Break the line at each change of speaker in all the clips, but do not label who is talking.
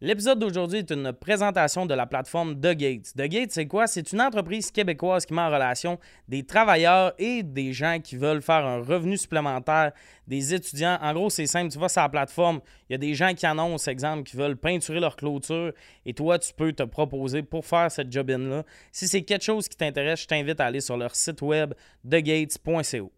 L'épisode d'aujourd'hui est une présentation de la plateforme The Gates. The Gates, c'est quoi? C'est une entreprise québécoise qui met en relation des travailleurs et des gens qui veulent faire un revenu supplémentaire, des étudiants. En gros, c'est simple. Tu vas sur la plateforme, il y a des gens qui annoncent, exemple, qui veulent peinturer leur clôture et toi, tu peux te proposer pour faire cette job-in-là. Si c'est quelque chose qui t'intéresse, je t'invite à aller sur leur site web thegates.co.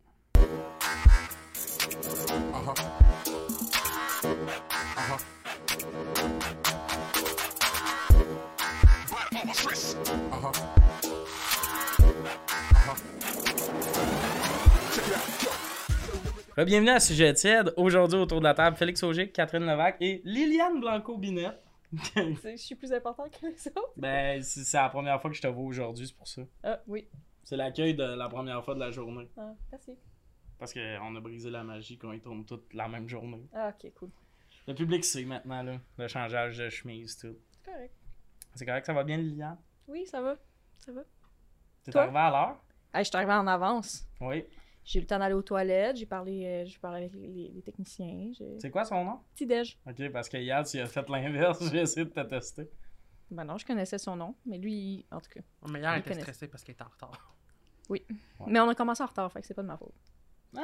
Bienvenue à Sujet tiède. Aujourd'hui, autour de la table, Félix Auger, Catherine Levac et Liliane Blanco-Binette.
Je suis plus importante que les autres.
Ben, c'est c'est la première fois que je te vois aujourd'hui, c'est pour ça.
Ah, oui.
C'est l'accueil de la première fois de la journée.
Ah, merci.
Parce qu'on a brisé la magie quand ils tournent toutes la même journée.
Ah, ok, cool.
Le public sait maintenant, là, le changeage de chemise, tout.
C'est correct.
C'est correct, ça va bien, Liliane?
Oui, ça va. Ça va.
T'es
Toi?
arrivé à l'heure?
Hey, je suis arrivée en avance.
Oui.
J'ai eu le temps d'aller aux toilettes, j'ai parlé, euh, j'ai parlé avec les, les- les techniciens. J'ai...
C'est quoi son nom?
Petit-déj.
Ok, parce que hier, tu as fait l'inverse, j'ai essayé de te tester.
Ben non, je connaissais son nom, mais lui, en tout cas.
Mais hier,
Ils
elle était
connaissent.
stressée parce qu'elle était en retard.
Ouais.
Mais on a commencé en retard, fait que c'est pas de ma faute.
Ah,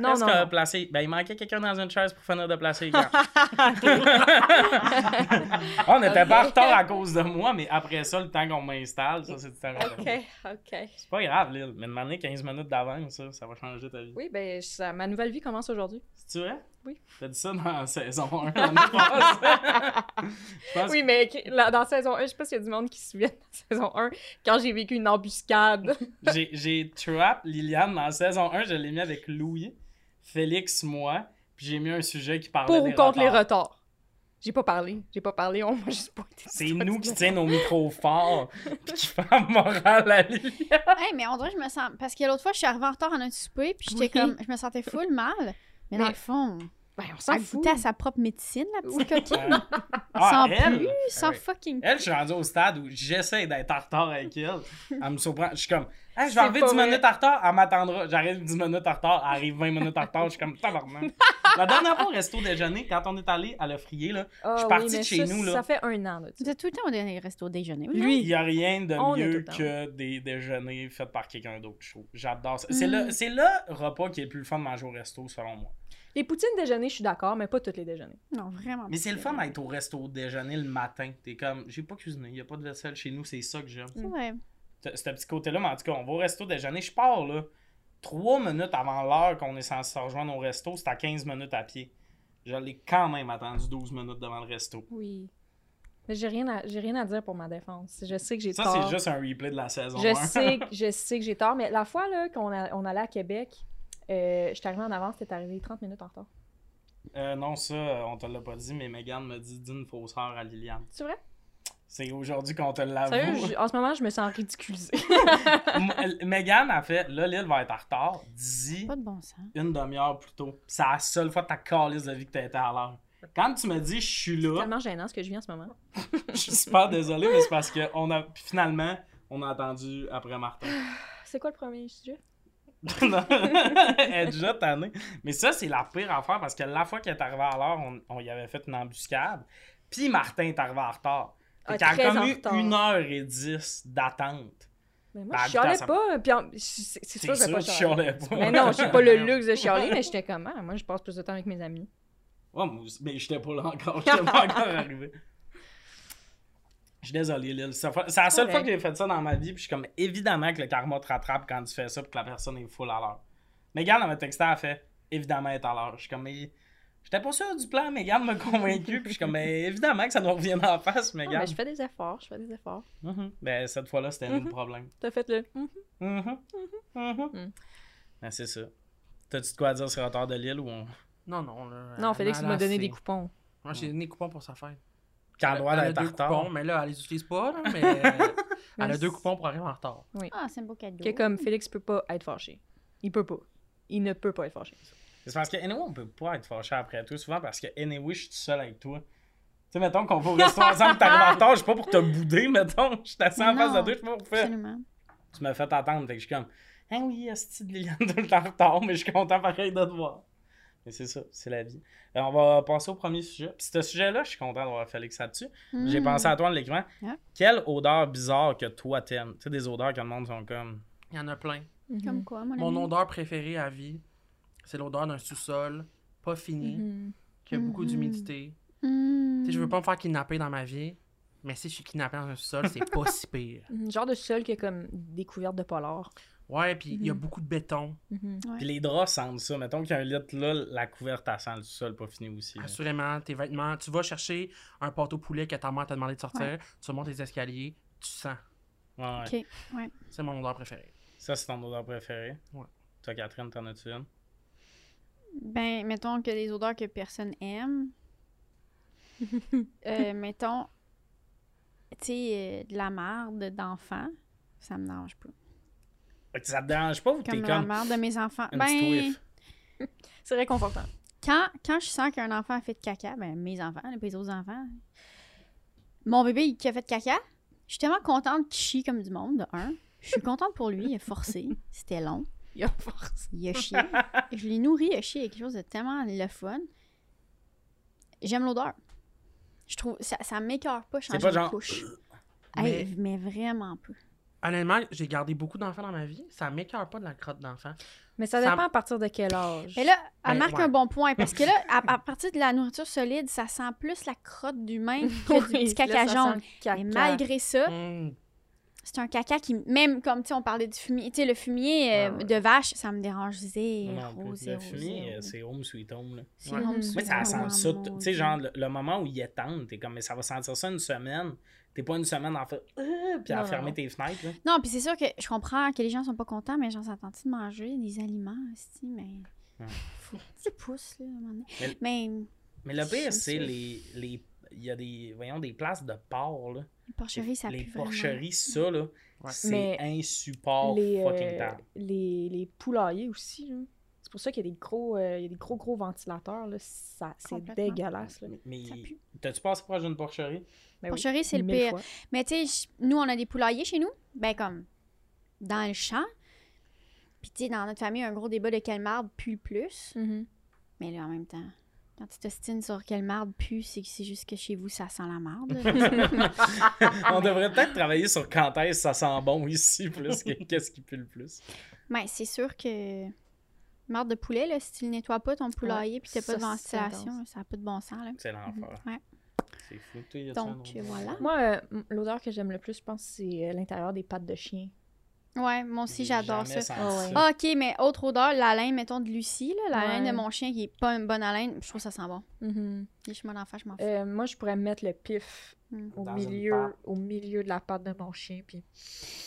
Non,
est-ce
non,
que
non.
placer- Ben, il manquait quelqu'un dans une chaise pour finir de placer les gants. On n'était pas en
Ok.
retard à cause de moi, mais après ça, le temps qu'on m'installe, ça, c'est du temps qu'on
ok, ok.
C'est pas grave, Lille. Mais demander 15 minutes d'avance, ça, ça va changer ta vie.
Oui, ben ça- ma nouvelle vie commence aujourd'hui.
C'est vrai?
Oui.
T'as dit ça dans la saison 1 l'année passée. Je pense
Oui, mais que- la- dans saison 1, je sais pas s'il y a du monde qui se souvient de saison 1, quand j'ai vécu une embuscade.
que j'ai- j'ai trap Liliane dans la saison 1, je l'ai mis avec Louis, Félix, moi, puis j'ai mis un sujet qui parlait
pour
des
ou contre les
retards.
retards. J'ai pas parlé, j'ai pas parlé, on m'a juste pointé. du
C'est
doigt
nous
du
qui
doigt.
tiennent nos micros forts, puis qui ferment moral à Liliane.
Hey, mais on dirait que je me sens. Parce que l'autre fois, je suis arrivée en retard à notre souper, puis j'étais
Oui.
comme. Je me sentais full mal. Mais, dans
Mais-
le fond,
Ben, on s'en
elle
fout.
goûtait à sa propre médecine, la petite coquine.
Ah,
sans
elle?
plus, sans
Ah oui.
fucking.
Elle, je suis rendu au stade où j'essaie d'être en retard avec elle. Elle me surprend. Je suis comme, Hey, je
C'est
vais arriver
pas
10
vrai.
minutes en retard. Elle m'attendra. J'arrive 10 minutes en retard. Elle arrive 20 minutes en retard. Je suis comme, tabarnak. La dernière fois au resto déjeuner, quand on est allé à l'offrier, là,
Ah
Je suis
oui,
partie de
mais
chez
ça,
nous, là.
Ça fait un an, là, tu
Vous êtes tout le temps au dernier resto au déjeuner. oui, non?
il n'y a rien de
On est tout
mieux
le temps.
que des déjeuners faits par quelqu'un d'autre. je trouve. J'adore ça.
Mm.
C'est le, c'est le repas qui est le plus le fun de manger au resto, selon moi.
Les poutines déjeuner, je suis d'accord, mais pas toutes les déjeuners.
Non, vraiment.
Mais c'est le fun d'être au resto au déjeuner le matin. T'es comme, j'ai pas cuisiné. Il n'y a pas de vaisselle chez nous. C'est ça que j'aime.
C'est vrai.
ce ce petit côté-là, mais en tout cas, on va au resto déjeuner. Je pars là. Trois minutes avant l'heure qu'on est censé se rejoindre au resto, c'est à 15 minutes à pied. Je l'ai quand même attendu 12 minutes devant le resto.
Oui. Mais j'ai rien, à- j'ai rien à dire pour ma défense. Je sais que j'ai
Ça,
tort.
c'est juste un replay de la saison
Je
1.
sais, que- je sais que j'ai tort, mais la fois là, qu'on a- on allait à Québec, euh, j'étais arrivée en avance, t'es arrivée 30 minutes en retard.
Euh, non, ça, euh, on te l'a pas dit, mais Megan me dit d'une fausse heure à Liliane.
C'est vrai?
C'est aujourd'hui qu'on te
Sérieux,
l'avoue.
je- en ce moment, je me sens ridiculisée.
M- Megan a fait, là, Lille va être en retard. Dis
Pas de bon sens.
une demi-heure plus tôt. C'est la seule fois de ta calice de vie que t'as été à l'heure. Quand tu me dis, je suis là.
C'est tellement gênant ce que je vis en ce moment.
Je suis super désolé, mais c'est parce que on a puis finalement on a attendu après Martin.
C'est quoi le premier sujet?
Elle est déjà tannée. Mais ça, c'est la pire affaire parce que la fois qu'elle est arrivée à l'heure, on, on y avait fait une embuscade. Puis Martin est arrivé en retard. Fait
Ah,
qu'elle
très
a
en
comme eu
retard.
1h10 d'attente.
Mais moi,
Ben,
je chialais
habitant, ça-
pas. Puis en- c'est c'est sûr,
C'est
je
sûr,
vais pas
tu
chialer.
chialais pas.
Mais non, j'ai pas le luxe de chialer, mais j'étais comme, ah, moi, je passe plus de temps avec mes amis.
Ouais, moi aussi. Mais j'étais pas là encore. J'étais pas encore arrivé. Je suis désolé, Lil. C'est la fois- c'est la seule fois que
Correct.
j'ai fait ça dans ma vie. Puis je suis comme, évidemment que le karma te rattrape quand tu fais ça. Puis que la personne est full à l'heure. Megan, elle m'a texté, elle a fait, évidemment, elle est à l'heure. Je suis comme, mais. J'étais pas sûr du plan. Megan m'a convaincu. Puis je suis comme, mais évidemment que ça nous revient en face,
Ah,
Megan.
mais je fais des efforts, je fais des efforts.
Mhm. Ben, cette fois-là, c'était nous
Mhm.
le problème.
T'as fait le.
Mhm. Mhm.
Mm.
Ben, c'est ça. T'as-tu de quoi dire sur le retard de Lille ou on.
Non, non. Là,
Non, Félix, tu
elle
m'as
a
donné
assez.
des coupons.
Moi, j'ai donné des coupons pour sa fête.
Qu'elle a le droit
Elle a
d'être en
deux coupons,
retard?
mais là, elle les utilise pas, là, mais elle a
Mais
deux coupons pour arriver en retard.
Ah, c'est un beau cadeau.
Que comme Félix peut pas être fâché. Il peut pas. Il ne peut pas être fâché.
C'est parce que, anyway, on peut pas être fâché après tout, souvent parce que, anyway, je suis tout seul avec toi. Tu sais, mettons qu'on va au restaurant ensemble, t'arrives en retard, je suis pas pour te bouder, mettons. Je suis assis en
Non,
face de toi, je suis pas pour faire.
Absolument.
Tu m'as hein, fait attendre, fait que je suis comme, ah oui, est-ce de Liliane tout le temps en retard, mais je suis content pareil de te voir. Mais c'est ça, c'est la vie. Alors, on va passer au premier sujet. Puis ce sujet-là, je suis content d'avoir Félix là-dessus. J'ai
Hmm.
pensé à toi de l'écran.
Ouais.
Quelle odeur bizarre que toi t'aimes? Tu sais, des odeurs que le monde sont comme.
Il y en a plein.
Mhm.
Comme quoi, mon,
Mon
ami?
odeur préférée à vie, c'est l'odeur d'un sous-sol pas fini,
Mhm.
qui a beaucoup
Mhm.
d'humidité.
Hmm.
Tu sais, je veux pas me faire kidnapper dans ma vie, mais si je suis kidnappé dans un sous-sol, c'est pas si pire.
Mhm. Genre de sol qui a comme des couvertes de polar.
Ouais, puis il y a
Mhm.
beaucoup de béton.
Mhm.
Ouais.
Puis les draps sentent ça. Mettons qu'il y a un litre là, la couverte, elle sent le sol pas fini aussi. là.
Assurément, tes vêtements. Tu vas chercher un pâteau poulet que ta mère t'a demandé de sortir, tu montes les escaliers, tu sens.
Ouais, ouais.
Ok, ouais.
C'est mon odeur préférée.
Ça, c'est ton odeur préférée.
Ouais.
Toi, Catherine, t'en as-tu une?
Ben, mettons que les odeurs que personne aime. Euh, mettons, tu sais, euh, de la marde d'enfants. Ça me dérange pas.
Fait que ça te dérange pas ou t'es
Comme la
comme
marde de mes enfants.
une petite
ben,
whiff?
C'est réconfortant.
quand, quand je sens qu'un enfant a fait de caca, ben mes enfants, là, pas les autres enfants, mon bébé il- qui a fait de caca, je suis tellement contente qu'il chie comme du monde, de un. Je suis contente pour lui, il a forcé, c'était long.
Il y a force.
Il a chié. Je l'ai nourri, il a chié quelque chose de tellement le fun. J'aime l'odeur. Je trouve, ça, ça m'écœure pas changer
pas
de
genre-
couche. Hey,
Mais-
mais... vraiment peu.
Honnêtement, j'ai gardé beaucoup d'enfants dans ma vie. Ça m'écœure pas de la crotte d'enfants.
Mais ça
Ça-
dépend à partir de quel âge.
Mais là, elle
Ben,
marque
ouais.
un bon point, parce que là, à, à partir de la nourriture solide, ça sent plus la crotte d'humain que du
Oui,
petit caca
là, ça
jaune.
sent le caca.
Mais malgré ça,
Mm.
c'est un caca qui, même comme, tu sais, on parlait du fumier, tu sais, le fumier euh,
Ah Ouais, ouais.
de vache, ça me dérange zéro,
Non, non, plus.
zéro,
Le fumier,
zéro.
euh, c'est home sweet home. Là.
C'est
Ouais.
comme
Moi,
Moi, ça
vraiment
sent ça.
mon
t- Tu sais,
Dieu.
genre, le, le moment où il est tendre, t'es comme, mais ça va sentir ça une semaine. T'es pas une semaine en fait, euh, puis
Non,
à
non,
fermer
non.
tes fenêtres. là.
Non, puis c'est sûr que je comprends que les gens sont pas contents, mais genre, ça tente de manger des aliments aussi, mais.
Ouais.
Faut que tu pousses, là, à un moment donné.
Mais-
Mais,
Mais le
J'aime
pire, c'est
ça.
les. les- Il y a des, voyons, des places de porc, là.
les porcheries, ça
les
pue vraiment.
porcheries, ça, là,
Ouais.
c'est
Mais
insupportable.
les, euh,
fucking tard.
les, les poulaillers aussi. là. C'est pour ça qu'il y a des gros, euh, il y a des gros, gros ventilateurs. Là. Ça, c'est
Complètement.
dégueulasse. Là.
Mais- Mais
euh, ça pue.
t'as-tu passé proche d'une porcherie?
Mais oui,
Porcherie, c'est le
mille
pire.
fois.
Mais tu sais, je- nous, on a des poulaillers chez nous. Ben, comme, dans le champ. Puis, tu sais, dans notre famille, un gros débat de quelle marde pue le plus.
Mm-hmm.
Mais là, en même temps, quand tu t'ostines sur quelle marde pue, c'est que c'est juste que chez vous, ça sent la marde. là.
On devrait peut-être travailler sur quand est-ce que ça sent bon ici, plus que qu'est-ce qui pue le plus.
ben, c'est sûr que. Marde de poulet, là, si tu le nettoies pas, ton poulailler, puis t'as pas de
ça, c'est
ventilation,
intense.
là, ça a pas de bon sens, là. Mhm.
C'est l'enfer.
Ouais.
C'est fou. Toi, y a-tu un
Donc,
autre-
voilà.
Moi, euh, m- l'odeur que j'aime le plus, je pense, c'est euh, l'intérieur des pattes de chien.
Ouais, moi aussi,
J'ai
j'adore ça.
jamais senti
Ah ouais.
Ah, ok, mais autre odeur, la laine, mettons, de Lucie, là, la
Ouais.
laine de mon chien qui est pas une bonne haleine, je trouve ça sent bon.
Mm-hmm.
Je suis mon enfant, je m'en fous.
Euh, moi, je pourrais mettre le pif
Mm.
Ah, au
Dans une
milieu,
patte.
au milieu de la patte de mon chien. Puis...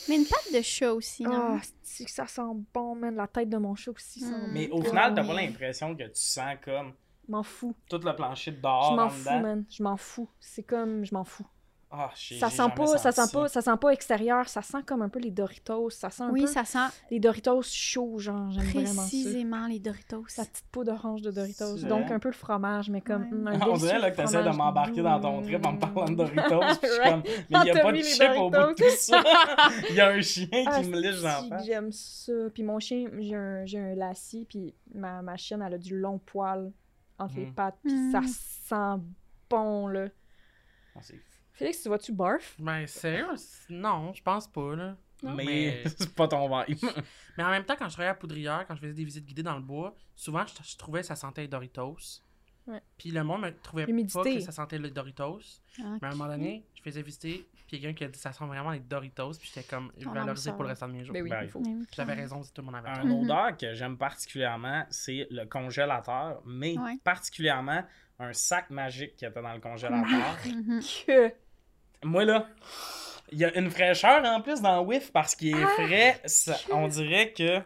Mais une patte de chat aussi, non?
Ah, c'est que ça sent bon, man. La tête de mon chat aussi sent
Mm.
Mais au
bon.
final, t'as
Ouais.
pas l'impression que tu sens comme
Je m'en fous.
tout le plancher de
Je
dehors Ah, en
m'en fous,
dedans.
man. Je m'en fous. C'est comme, je m'en fous.
Ah, j'ai-
Ça
j'ai
sent
jamais
pas, ça
senti
sent pas, ça sent pas extérieur. Ça sent comme un peu les Doritos. Ça sent un
oui,
peu
ça sent
les Doritos chauds, genre. J'aime vraiment ça.
précisément les Doritos.
La petite peau d'orange de Doritos.
C'est
Donc,
vrai.
un peu le fromage, mais comme.
Ouais.
hum, un
On dirait là, que
délicieux
t'essaies de
fromage
m'embarquer
doux.
dans ton trip en me parlant de Doritos. Puis je suis
Ouais.
comme, mais il n'y a
Ah,
pas
t'as
de
mis les
chip au bout de tout ça. Il y a un chien qui
Ah,
me liche dans
si,
la face.
J'aime ça. Puis mon chien, j'ai un, j'ai un lacis, puis ma, ma chienne, elle a du long poil entre les
Mm.
pattes, puis ça
Mm.
sent bon, là.
Ah, c'est fou.
Félix, tu vois-tu barf?
Ben, sérieux? c- Non, je pense pas, là.
Mais c'est pas ton vibe.
Mais en même temps, quand je travaillais à Poudrière, quand je faisais des visites guidées dans le bois, souvent, je, je trouvais que ça sentait les Doritos.
Ouais.
Puis le monde me trouvait
L'humidité.
pas que ça sentait les Doritos. Mais à un
Ok.
moment donné, je faisais visiter, puis quelqu'un qui a dit ça sent vraiment les Doritos, puis j'étais comme
Ton âme
valorisé
sœur.
pour le restant de mes jours.
Ben oui,
Ben,
il faut.
Mais oui,
J'avais
clairement.
raison, c'est tout mon avis.
Un
Mhm.
odeur que j'aime particulièrement, c'est le congélateur, mais
Ouais.
particulièrement un sac magique qui était dans le congélateur.
Mhm.
Que-
Moi, là, il y a une fraîcheur en plus dans le whiff parce qu'il est
Ah,
frais. Ça- on dirait que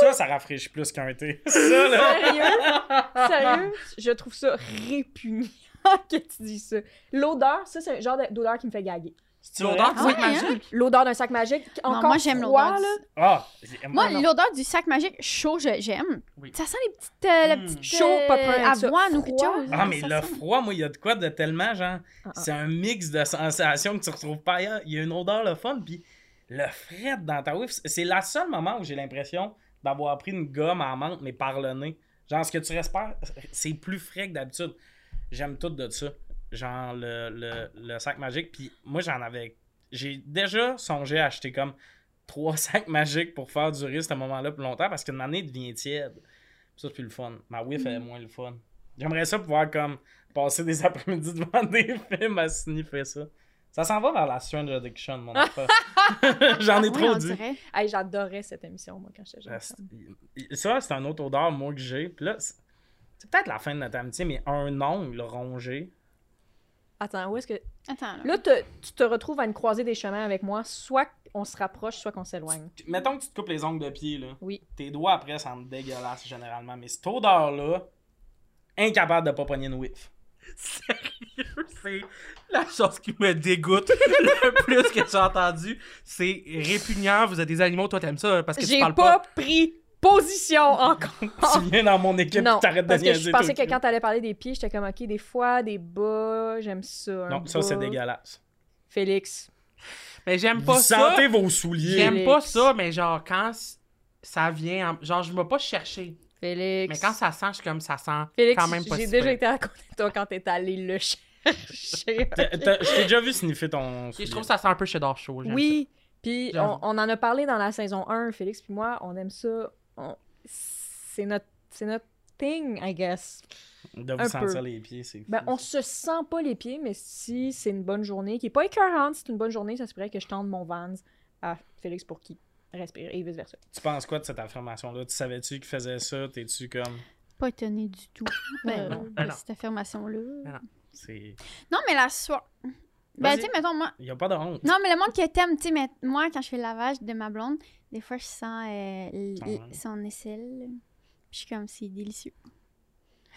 ça, ça rafraîchit plus qu'un thé. Ça, là.
Sérieux? Sérieux? Je trouve ça répugnant que tu dis ça. L'odeur, ça, c'est un genre de- d'odeur qui me fait gaguer.
C'est
Tu l'odeur
Ah
du sac
ouais, hein?
magique?
L'odeur d'un sac magique,
Non,
encore
moi, j'aime
froid,
l'odeur.
là.
du-
Ah!
Moi, l'odeur du sac magique chaud, je- j'aime.
Oui.
Ça sent les petites. euh, la
Mm.
petite
Chaud,
euh,
pas peur avec ça.
avoine ou quelque
Froid.
chose.
Ah, mais
ça
le
sent-
froid, moi, il y a de quoi de tellement, genre,
Ah, ah.
c'est un mix de sensations que tu retrouves pas ailleurs. Il y a une odeur le fun, puis le fret dans ta whiff. C'est la seule moment où j'ai l'impression d'avoir pris une gomme à menthe, mais par le nez. Genre, ce que tu respires, c'est plus frais que d'habitude. J'aime tout de ça. Genre, le, le- le sac magique. Puis moi, j'en avais. J'ai déjà songé à acheter comme trois sacs magiques pour faire durer ce moment-là plus longtemps parce qu'une année devient tiède. Puis ça, c'est plus le fun. Ma whiff,
Mm.
elle est moins le fun. J'aimerais ça pouvoir comme passer des après-midi devant des films à sniffer ça. Ça s'en va vers la Strange Addiction, mon enfant. J'en ai
Ah, Oui,
trop
on
dit.
dirait.
Hey, j'adorais cette émission, moi, quand j'étais jeune.
Ah, c'est- Ça, c'est un autre odeur, moi, que j'ai. Puis là, c'est c'est peut-être la fin de notre amitié, mais un ongle rongé.
Attends, où est-ce que.
Attends, là.
Là, te- tu te retrouves à une croisée des chemins avec moi. Soit on se rapproche, soit qu'on s'éloigne.
Tu- Mettons que tu te coupes les ongles de pied, là.
Oui.
Tes doigts, après, sentent dégueulasse, généralement. Mais cette odeur-là, incapable de pas pogner une whiff.
Sérieux, c'est la chose qui me dégoûte le plus que j'ai entendu. C'est répugnant, vous êtes des animaux, toi t'aimes ça hein, parce que tu
J'ai
parles
pas,
pas.
pris position encore.
Tu viens dans mon équipe,
Ah! non,
tu t'arrêtes de
parce que je
niaiser
pensais
tout le
que
temps.
quand t'allais parler des pieds, j'étais comme, OK, des fois, des bas, j'aime ça. un
Non, ça, c'est
bas.
dégueulasse.
Félix.
Mais j'aime
Vous
pas ça.
sentez vos souliers.
J'aime pas ça, mais genre quand c- ça vient, en- genre je vais pas chercher.
Félix.
Mais quand ça sent, je suis comme ça sent
Félix,
quand même pas
j'ai
si
déjà
pire.
été à côté de toi quand t'es allé le chercher.
T'as- t'as- Je t'ai déjà vu sniffer ton
Et
soulier.
Je trouve que ça sent un peu cheddar chaud. j'aime
Oui, puis on,
J'aime.
on en a parlé dans la saison 1, Félix puis moi, on aime ça. On- C'est notre, c'est notre thing, I guess.
De vous
un
sentir
peu.
les pieds, c'est fou.
Ben, on se sent pas les pieds, mais si c'est une bonne journée, qui est pas écœurante, c'est une bonne journée, ça se pourrait que je tende mon Vans à Félix pour qu'il respire et vice-versa.
Tu penses quoi de cette affirmation-là? Tu savais-tu qu'il faisait ça? T'es-tu comme...
Pas étonnée du tout. Ben,
non.
non,
Ben
de
non.
cette affirmation-là.
C'est...
Non, mais la soirée. Ben,
Vas-y.
tu sais, mettons, moi.
Il n'y a pas de honte.
Non, mais le monde qui t'aime, tu sais, mais moi, quand je fais le lavage de ma blonde, des fois, je sens euh, l-
Son
l-
linge.
son aisselle. Je suis comme, c'est délicieux.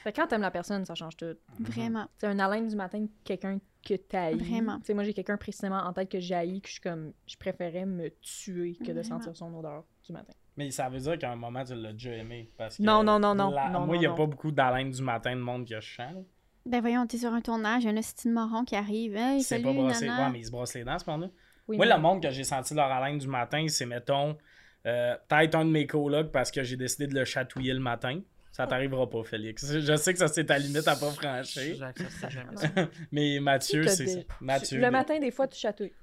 Fait que quand t'aimes la personne, ça change tout.
Mm-hmm.
Vraiment.
C'est un haleine du matin, quelqu'un que t'haïs.
Vraiment.
Tu sais, moi, j'ai quelqu'un précisément en tête que j'haïs, que je suis comme, je préférais me tuer que de
Vraiment.
sentir son odeur du matin.
Mais ça veut dire qu'à un moment, tu l'as déjà aimé. Parce que
Non, non, non, non,
la-
non,
Moi, il n'y a
non,
pas beaucoup d'haleine du matin de monde que je chante.
Ben, voyons, t'es sur un tournage, il y a un hostie de moron qui arrive. Hey,
C'est
salut,
pas brossé.
nana.
Ouais, mais ils se brossent les dents, ce moment-là.
Oui,
Moi,
mais-
le monde que j'ai senti leur haleine du matin, c'est, mettons, euh, peut-être un de mes colocs parce que j'ai décidé de le chatouiller le matin. Ça t'arrivera pas, Félix. Je sais que ça, c'est ta limite à pas
ça.
franchir.
J'accepte ça, j'aime ça.
Mais Mathieu,
Tu te
c'est
dé-
ça.
tu-
Mathieu.
le
des-
matin, des fois, tu chatouilles.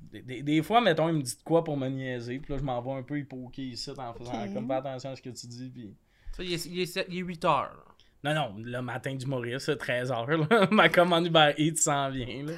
Des, des- des fois, mettons, il me dit de quoi pour me niaiser. Puis là, je m'en vais un peu hypoquer ici en faisant
Ok.
comme fais attention à ce que tu dis. Puis.
Ça, il est, il est sept- il est 8 heures.
Non, non, le matin du Maurice, 13h, là, ma commande Uber Eats s'en vient. Là.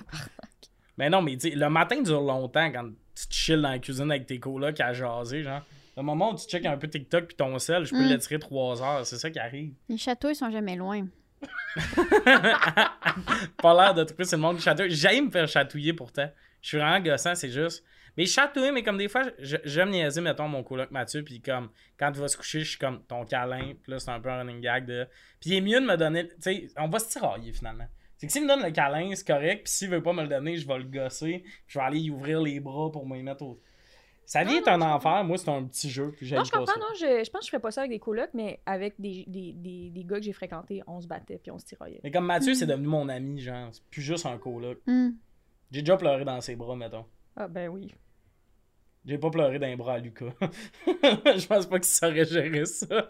mais non, mais tu sais, le matin dure longtemps quand tu te chilles dans la cuisine avec tes colocs à jaser, genre. Le moment où tu checkes un peu TikTok puis ton sel, je peux
Mm.
l'étirer 3 heures, c'est ça qui arrive.
Les châteaux, ils sont jamais loin.
Pas l'air de trouver, c'est le monde qui chatouille. J'aime me faire chatouiller pourtant. Je suis vraiment gossant, c'est juste. Mais chatouiller, mais comme des fois, je- j'aime niaiser, mettons, mon coloc Mathieu, puis comme, quand il va se coucher, je suis comme, ton câlin, puis là, c'est un peu un running gag de. Puis il est mieux de me donner. Tu sais, on va se tirailler finalement. C'est que s'il me donne le câlin, c'est correct, puis s'il veut pas me le donner, je vais le gosser, puis je vais aller y ouvrir les bras pour me y mettre au. Sa vie
Ah, Non,
est un enfer, moi, c'est un petit jeu, puis j'aime
Non, je
pas ça.
comprends, non, je, je pense que je ferais pas ça avec des colocs, mais avec des, des, des, des gars que j'ai fréquentés, on se battait puis on se tiraillait.
Mais comme Mathieu,
Mm.
Hmm.
c'est devenu mon ami, genre, c'est plus juste un coloc.
Hmm.
J'ai déjà pleuré dans ses bras, mettons.
Ah, ben oui.
J'ai pas pleuré d'un bras à Lucas. je pense pas qu'il saurait gérer ça.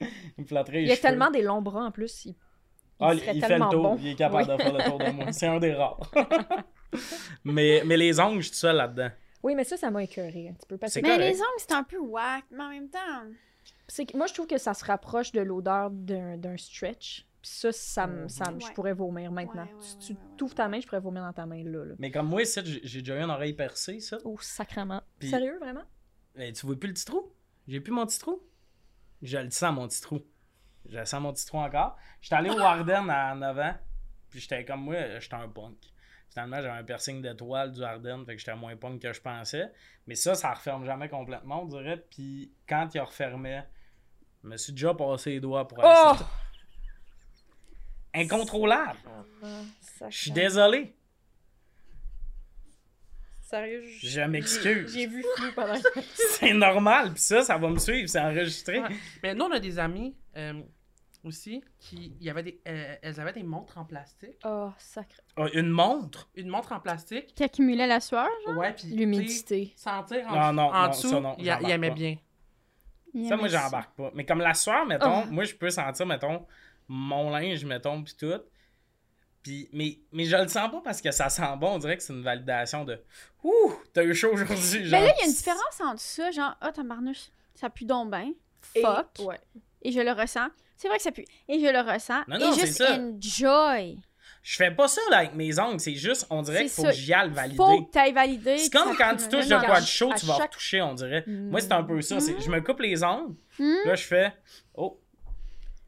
il me flatterait les
Il y a
cheveux.
tellement des longs bras en plus. Il, il
Ah,
serait
il fait
tellement
le tour,
bon.
il est capable de faire le tour de moi. C'est un des rares. mais, mais les ongles, je suis tout seul là-dedans.
Oui, mais ça, ça m'a écœuré un petit peu. Parce que
C'est
Mais
correct.
les ongles, c'est un peu whack, mais en même temps.
c'est que moi, je trouve que ça se rapproche de l'odeur d'un d'un stretch. Puis ça, ça,
Mhm.
me- ça me- je
Ouais.
pourrais vomir maintenant.
Ouais, ouais,
si
ouais,
tu
ouais, ouais,
t'ouvres
ouais.
ta main, je pourrais vomir dans ta main là. là.
Mais comme moi, ici, j'ai- j'ai déjà eu une oreille percée, ça.
Oh, sacrement.
Puis-
Sérieux, vraiment?
Eh, tu vois plus le petit trou? J'ai plus mon petit trou? Je le sens, mon petit trou. Je le sens, mon petit trou encore. J'étais allé au Warden à 9 ans, puis j'étais comme moi, j'étais un punk. Finalement, j'avais un piercing d'étoile du Warden, fait que j'étais moins punk que je pensais. Mais ça, ça referme jamais complètement, on dirait. Puis quand il refermait, je me suis déjà passé les doigts pour aller
Oh!
sortir. Incontrôlable! Ah. Je suis
Sacrement.
désolé.
Sérieux, je-
Je m'excuse.
J'ai vu flou pendant
C'est normal, puis ça, ça va me suivre, c'est enregistré.
Ouais. Mais nous, on a des amis euh, aussi qui. il Y avait des, euh, elles avaient des montres en plastique.
Oh, sacré.
Ah, Une montre?
Une montre en plastique.
Qui accumulait la sueur.
Ouais, puis. tu sais,
L'humidité.
Sentir en,
Non, non,
en
non,
dessous,
ça, non,
il,
j'en
il aimait
marque pas.
bien.
Il
Ça, moi,
aimait ça.
j'embarque pas. Mais comme la soeur, mettons,
Ah.
moi, je peux sentir, mettons, mon linge, mettons, pis tout. Puis, mais, mais je le sens pas parce que ça sent bon. On dirait que c'est une validation de Ouh, t'as eu chaud aujourd'hui.
Mais
genre.
là, il y a une différence entre ça, genre, ah, tabarnouche, ça pue donc ben. Fuck.
Et- ouais.
Et, je le ressens. C'est vrai que ça pue. Et je le ressens.
Non, non,
et
c'est
juste
ça.
enjoy.
Je fais pas ça là, avec mes ongles. C'est juste, on dirait
C'est
qu'il faut
ça.
que j'y aille valider.
Faut que t'ailles valider.
C'est
que
comme
ça
quand
pue
tu touches de
vraiment.
quoi de chaud,
à
tu vas
chaque-
retoucher, on dirait.
Mm.
Moi, c'est un peu ça. c'est- Je me coupe les ongles,
Hmm?
là, je fais Oh,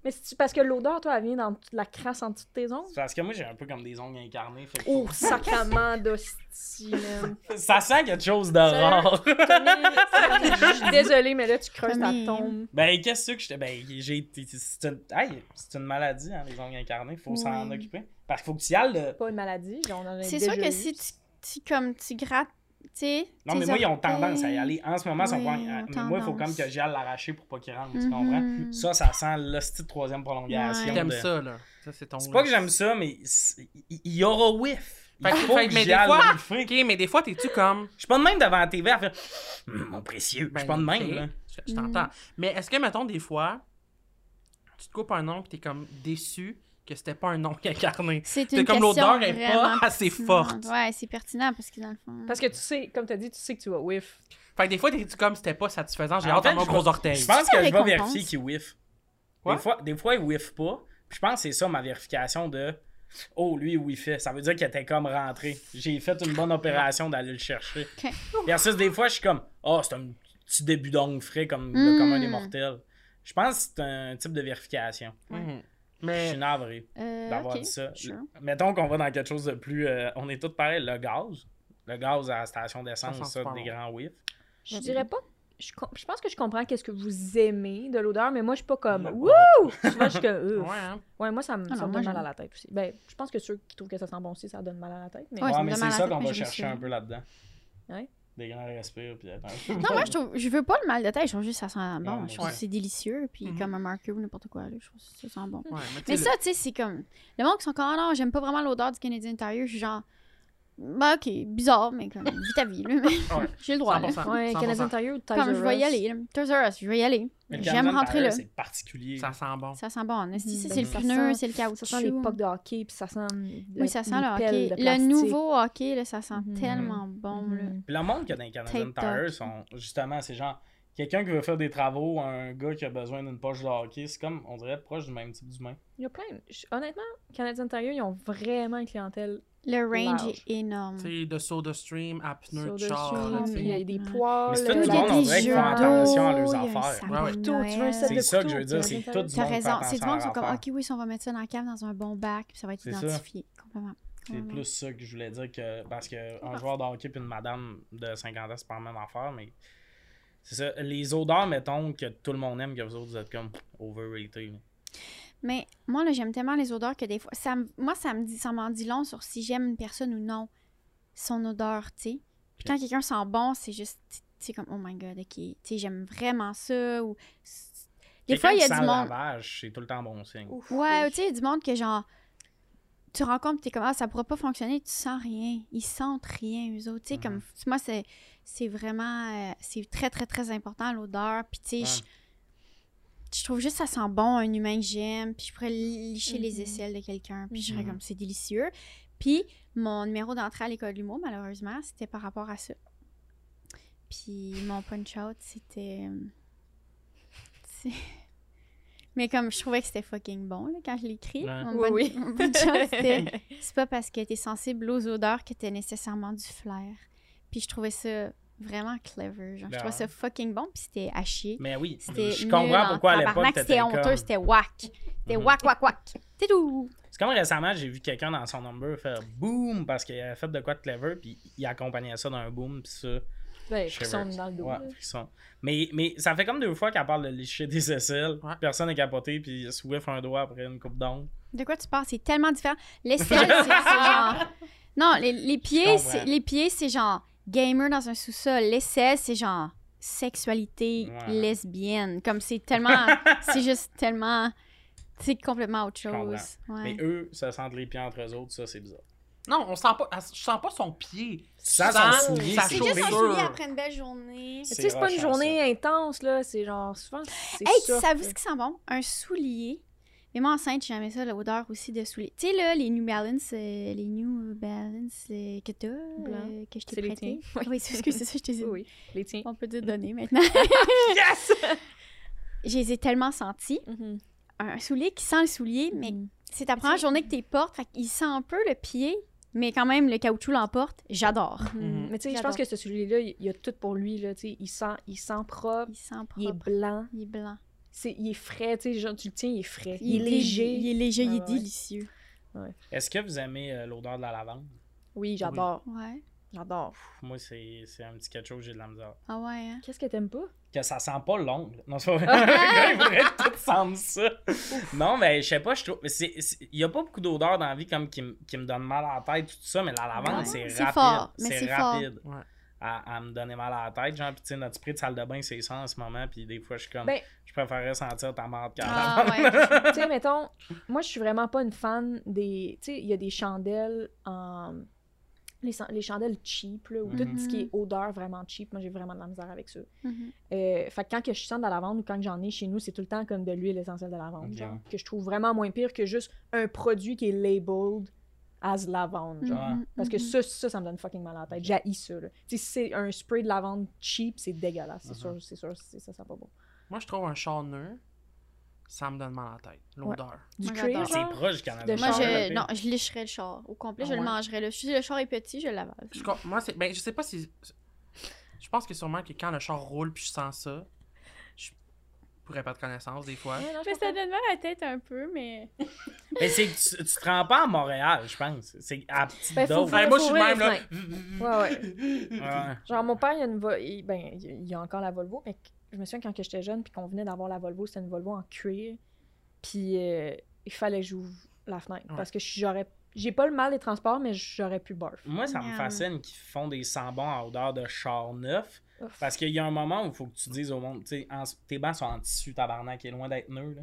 Mais c'est parce que l'odeur, toi, elle vient dans toute la crasse en dessous de tes ongles.
c'est parce que moi, j'ai un peu comme des ongles incarnés. fait que-
Oh, sacrement d'hostie, man.
Ça sent quelque chose de rare.
Tommy, Tommy, je suis désolée, mais là, tu creuses ta
Tommy.
tombe.
Ben, qu'est-ce que je te. Ben, j'ai été. C'est une, hey, c'est une maladie, hein, les ongles incarnés. Faut s'en
Ouais.
occuper. Parce qu'il faut que tu y ailles. là.
Pas une maladie, genre, on en a
C'est
déjà
sûr que
eu.
si tu, tu, comme, tu grattes, tu sais.
Non,
tes
mais moi, ils ont
orteils.
tendance à y aller. En ce moment, ils sont
Ouais,
pas-
ils ont
Mais moi, il faut
tendance.
comme que j'y aille l'arracher pour pas qu'il rentre. Tu
Mhm.
comprends? Ça, ça sent l'hostie de troisième prolongation.
Ouais.
T'aimes
de-
ça, là. Ça, c'est ton.
C'est pas que j'aime ça, mais c'est- il il y aura whiff. Il
Fait que-
faut
fait
que
que, mais
j'y
des
aille
fois-
whiffer.
Ok, mais des fois, t'es-tu comme. ben,
Je suis pas de même devant la TV à faire Hum, mon précieux. Je suis pas de même,
ok,
là.
Je, je
Mm.
t'entends. Mais est-ce que, mettons, des fois, tu te coupes un ongle et t'es comme déçu que c'était pas un ongle incarné?
C'est
C'est
une
comme
question
l'odeur est pas
vraiment
assez
pertinente.
forte.
Ouais, c'est pertinent parce que dans le fond.
Parce que tu sais, comme t'as dit, tu sais que tu vas whiff.
Fait que des fois, t'es-tu comme c'était pas satisfaisant, j'ai
En
hâte
fait,
dans mon
je
gros
vais-
orteil.
Je pense que
C'est une
je vais
récompense.
vérifier qu'il whiff.
Quoi?
Des fois, des fois, il whiff pas. Puis je pense que c'est ça ma vérification de Oh, lui, il whiffait. Ça veut dire qu'il était comme rentré. J'ai fait une bonne opération d'aller le chercher.
Ok.
Versus des fois, je suis comme Oh, c'est un petit début d'ongle frais comme le
Mm.
commun des mortels. Je pense que c'est un type de vérification.
Mhm.
Je
Mais
suis navré
Euh,
d'avoir
ok,
dit ça.
sure.
Mettons qu'on va dans quelque chose de plus. euh, on est tous pareils. Le gaz. Le gaz à la station d'essence, ça,
Ça sent super
des
bon.
grands whiffs.
Je
Mhm.
dirais pas. Je, com- je pense que je comprends qu'est-ce que vous aimez de l'odeur, mais moi, je suis pas comme
Ouais.
Wouh! Souvent, je suis comme Ouf.
ouais, hein.
Ouais, moi, ça me,
Ah
ça me
non, moi,
donne mal
j'aime.
à la tête aussi. Ben, je pense que ceux qui trouvent que ça sent bon aussi, ça donne mal à la tête. Mais...
Ouais,
Ouais,
ça me
mais
donne
c'est
mal à
ça
la
qu'on
tête,
va
mais je me
chercher
suis-
un peu là-dedans.
Ouais.
Des grands respires, puis attends.
Non, moi, je, trouve, je veux pas le mal de tête. Je trouve juste que ça sent bon.
moi
je trouve
aussi.
que c'est délicieux. Puis
Ah, Mhm.
comme un marqueur ou n'importe quoi, là, je trouve que ça sent bon.
Ouais, mais tu
Mais
sais,
ça, tu sais, c'est comme. Le monde qui sont comme, ah non, j'aime pas vraiment l'odeur du Canadian Tire, je suis genre. Bah, ok, bizarre, mais comme, vis ta vie, là. mais
Ouais.
J'ai le droit, là.
100%.
Ouais,
100%.
Canadian Tire ou Tiger
Comme, je vais y
Us.
aller, là. Toys R Us, je vais y aller.
Mais le
J'aime
Canadian
rentrer
Tire,
là.
C'est particulier.
ça sent bon.
Ça sent bon, en esti, ça,
Mhm.
c'est le
Ça
pneu,
sent-
c'est le caoutchouc.
Ça sent les pucks de hockey, puis ça sent.
Oui, ça sent le hockey.
le
Le
plastique.
nouveau hockey, là, ça sent
Mhm.
tellement bon, là.
Mhm.
Puis le monde qui a dans les Canadian
Tape Talk.
Tire, sont, justement, c'est genre quelqu'un qui veut faire des travaux, un gars qui a besoin d'une poche de hockey. C'est comme, on dirait, proche du même type d'humain.
Il y a plein. de- je- Honnêtement, Canadian Tire, ils ont vraiment une clientèle.
Le range
Large.
est énorme.
Tu sais, de soda stream à pneu
sur
de
le
char.
char,
là, tu
puis
sais.
Il y a des
Ouais.
poils.
Mais c'est
le-
tout le
Il y
monde,
a
on
des
dirait qu'ils
jeux
font attention à
d'eau,
leurs
il y a un
affaires.
sapin
Ouais, ouais.
de
Tout, tu veux un set
Noël.
C'est
de
ça que
couteaux,
je veux dire,
Canadian
c'est
Tire.
tout du
T'as
monde fait
raison. C'est du
attention à
monde
leurs
qui sont comme,
affaires.
ok, oui, ça, on va mettre ça dans la cave, dans un bon bac, puis ça va être
C'est ça.
identifié. Complètement.
C'est
Complètement.
plus ça que je voulais dire que. Parce qu'un joueur de hockey et une madame de 50 ans, c'est pas la même affaire, mais. C'est ça. Les odeurs, mettons, que tout le monde aime, que vous autres, vous êtes comme overrated. là.
Mais moi, là, j'aime tellement les odeurs que des fois, ça, me- moi, ça me dit, ça m'en dit long sur si j'aime une personne ou non, son odeur, tu sais. Puis quand quelqu'un sent bon, c'est juste, tu sais, comme, oh my god, ok, tu sais, j'aime vraiment ça. Ou... Des
Quelqu'un
fois, il y a
qui sent
du
le
monde.
lavage, c'est tout le temps bon signe.
Ouf,
Ouais,
oui.
tu sais, il y a du monde que genre, tu rencontres, t'es comme, ah, ça pourra pas fonctionner, tu sens rien. Ils sentent rien, eux autres. Tu sais,
Mhm.
comme, moi, c'est, c'est vraiment, euh, c'est très, très, très important l'odeur. Puis, tu sais,
Ouais.
je- je trouve juste que ça sent bon, un humain que j'aime. Puis, je pourrais licher les
Mhm.
aisselles de quelqu'un. Puis, je serais
Mhm.
comme, c'est délicieux. Puis, mon numéro d'entrée à l'école de l'humour, malheureusement, c'était par rapport à ça. Puis, mon punch-out, c'était. euh, c'est- Mais comme je trouvais que c'était fucking bon là, quand je l'écris,
Ouais.
mon
Oui, oui.
punch- mon
euh,
punch-out, c'était c'est pas parce que t'es sensible aux odeurs que t'es nécessairement du flair. Puis je trouvais ça vraiment clever. Genre, je
Ben
trouvais ça fucking bon, puis c'était à chier.
Mais oui,
C'était
je
nul
comprends
en
pourquoi à l'époque
tabarnak,
t'étais
C'était
comme...
honteux, c'était whack. C'était
Mhm.
whack, whack, whack. C'est tout.
C'est comme récemment, j'ai vu quelqu'un dans son number faire boom parce qu'il avait fait de quoi de clever, puis il accompagnait ça d'un boom, puis ça.
Ben,
je
frisson
savais.
dans le dos.
Ouais,
là.
frisson. Mais, mais ça fait comme deux fois qu'elle parle de licher des aisselles,
Ouais.
personne n'est capoté, puis souffle un doigt après une coupe d'ongle.
De quoi tu parles? C'est tellement différent. L'aisselle, c'est c'est genre. Non, les, les pieds,
comprends.
c'est- les pieds, c'est genre gamer dans un sous-sol. L'aisselle, c'est genre sexualité
Ouais.
lesbienne. Comme c'est tellement. c'est juste tellement. C'est complètement autre
comprends.
chose.
Mais
Ouais.
eux, ça sentent les pieds entre eux autres, ça c'est bizarre.
Non, on sent pas, je sens pas son pied.
Ça,
Sans-
son soulier, c'est
ça
Ah, C'est juste
chaud.
un
chaussure.
soulier après une belle journée.
Tu
C'est
sais, c'est pas
rochant,
une journée intense, là. C'est genre, souvent, c'est
Hey,
ça.
tu savais ce qui sent bon? Un soulier. Mais moi, enceinte, j'aimais ça, l'odeur aussi de soulier. Tu sais, là, les New Balance, euh, les New Balance euh, que t'as, euh,
Blanc.
que je
C'est
t'ai
les
prêté.
tiens. Oui.
Oui, c'est excuse, c'est ça, je t'ai dit.
Oui, oui, les tiens.
On peut te donner maintenant.
Yes!
Je les ai tellement sentis.
Mhm.
Un soulier qui sent le soulier, mais c'est ta première journée que t'es portes. Fait qu'il sent un peu le pied, mais quand même, le caoutchouc l'emporte. J'adore.
Mhm.
Mais tu sais, je
J'adore.
pense que ce soulier-là, il il y a tout pour lui, là. Tu sais, il sent, il sent propre,
Il sent
il est
propre.
blanc,
Il est blanc.
c'est, il est frais, tu sais, genre, tu le tiens, il est frais. Il, est léger. Ah
Il est léger, il est
Ouais, ouais.
délicieux.
Est-ce que vous aimez euh, l'odeur de la lavande?
Oui, j'adore.
Ouais.
J'adore.
Pff, Moi, c'est c'est un petit quelque chose que j'ai de la misère.
Ah ouais, hein?
Qu'est-ce que t'aimes pas?
Que ça sent pas l'ongle. Non, c'est pas vrai. Il faudrait que tout sente ça. Non, mais je sais pas, je trouve. mais c'est- c'est- Il y a pas beaucoup d'odeurs dans la vie comme qui, me- qui me donne mal à la tête, tout ça, mais la lavande,
Ouais.
c'est
C'est
rapide.
fort, mais c'est fort.
rapide.
Ouais.
À, à me donner mal à la tête, genre, pis tu sais, notre spray de salle de bain, c'est ça en ce moment, puis des fois, je suis comme,
Ben-
je préférerais sentir ta menthe qu'à la
Ah
lavande.
ouais.
tu sais, mettons, moi, je suis vraiment pas une fan des. Tu sais, il y a des chandelles en. Les, chan- les chandelles cheap, là, ou
Mhm.
tout ce qui est odeur vraiment cheap. Moi, j'ai vraiment de la misère avec ça.
Mhm.
Euh, fait que quand que je sens de la lavande ou quand que j'en ai chez nous, c'est tout le temps comme de l'huile essentielle de lavande.
Ok.
Genre, que je trouve vraiment moins pire que juste un produit qui est labeled as lavande. Genre.
Genre.
Mhm,
Parce que ça,
mhm.
ça, ça me donne fucking mal à la tête. J'haïs ça. là. Tu sais, si c'est un spray de lavande cheap, c'est dégueulasse. C'est
Mm-hmm.
sûr, c'est sûr, c'est- ça, ça sent pas bon.
Moi, je trouve un charneux, ça me donne mal à la tête. L'odeur.
Du
Moi,
cuir,
j'adore.
C'est
genre?
proche du Canada.
De
Mhm. Moi,
char,
je,
là,
non, je licherais le char au complet.
Ah
je le
ouais?
mangerais. Là. Si le char est petit, je le l'avale.
Je, com- moi, c'est, ben, je sais pas si. Je pense que sûrement que quand le char roule puis je sens ça, je pourrais pas de connaissance des fois.
Ouais, non, je
Mais ça
comprends.
donne mal à la tête un peu, mais.
Mais c'est que tu, tu te rends pas à Montréal, je pense. C'est à petite
Ben, faut
dose.
voir-
Hey, moi, je suis le
ouvrir
même là.
les Ouais, ouais.
Ouais.
Genre, mon père, il a une Vol- il, ben, il y a encore la Volvo, mais qu- je me souviens quand que j'étais jeune, puis qu'on venait d'avoir la Volvo, c'était une Volvo en cuir. Puis euh, il fallait que j'ouvre la fenêtre.
Ouais.
Parce que je- j'aurais. J'ai pas le mal des transports, mais j'aurais pu barf.
Moi, ça me
Miam.
fascine qu'ils font des sambons à odeur de char neuf.
Ouf.
Parce qu'il y a un moment où il faut que tu dises au monde, tu sais, en- tes bancs sont en tissu tabarnak, qui est loin d'être neuf. là.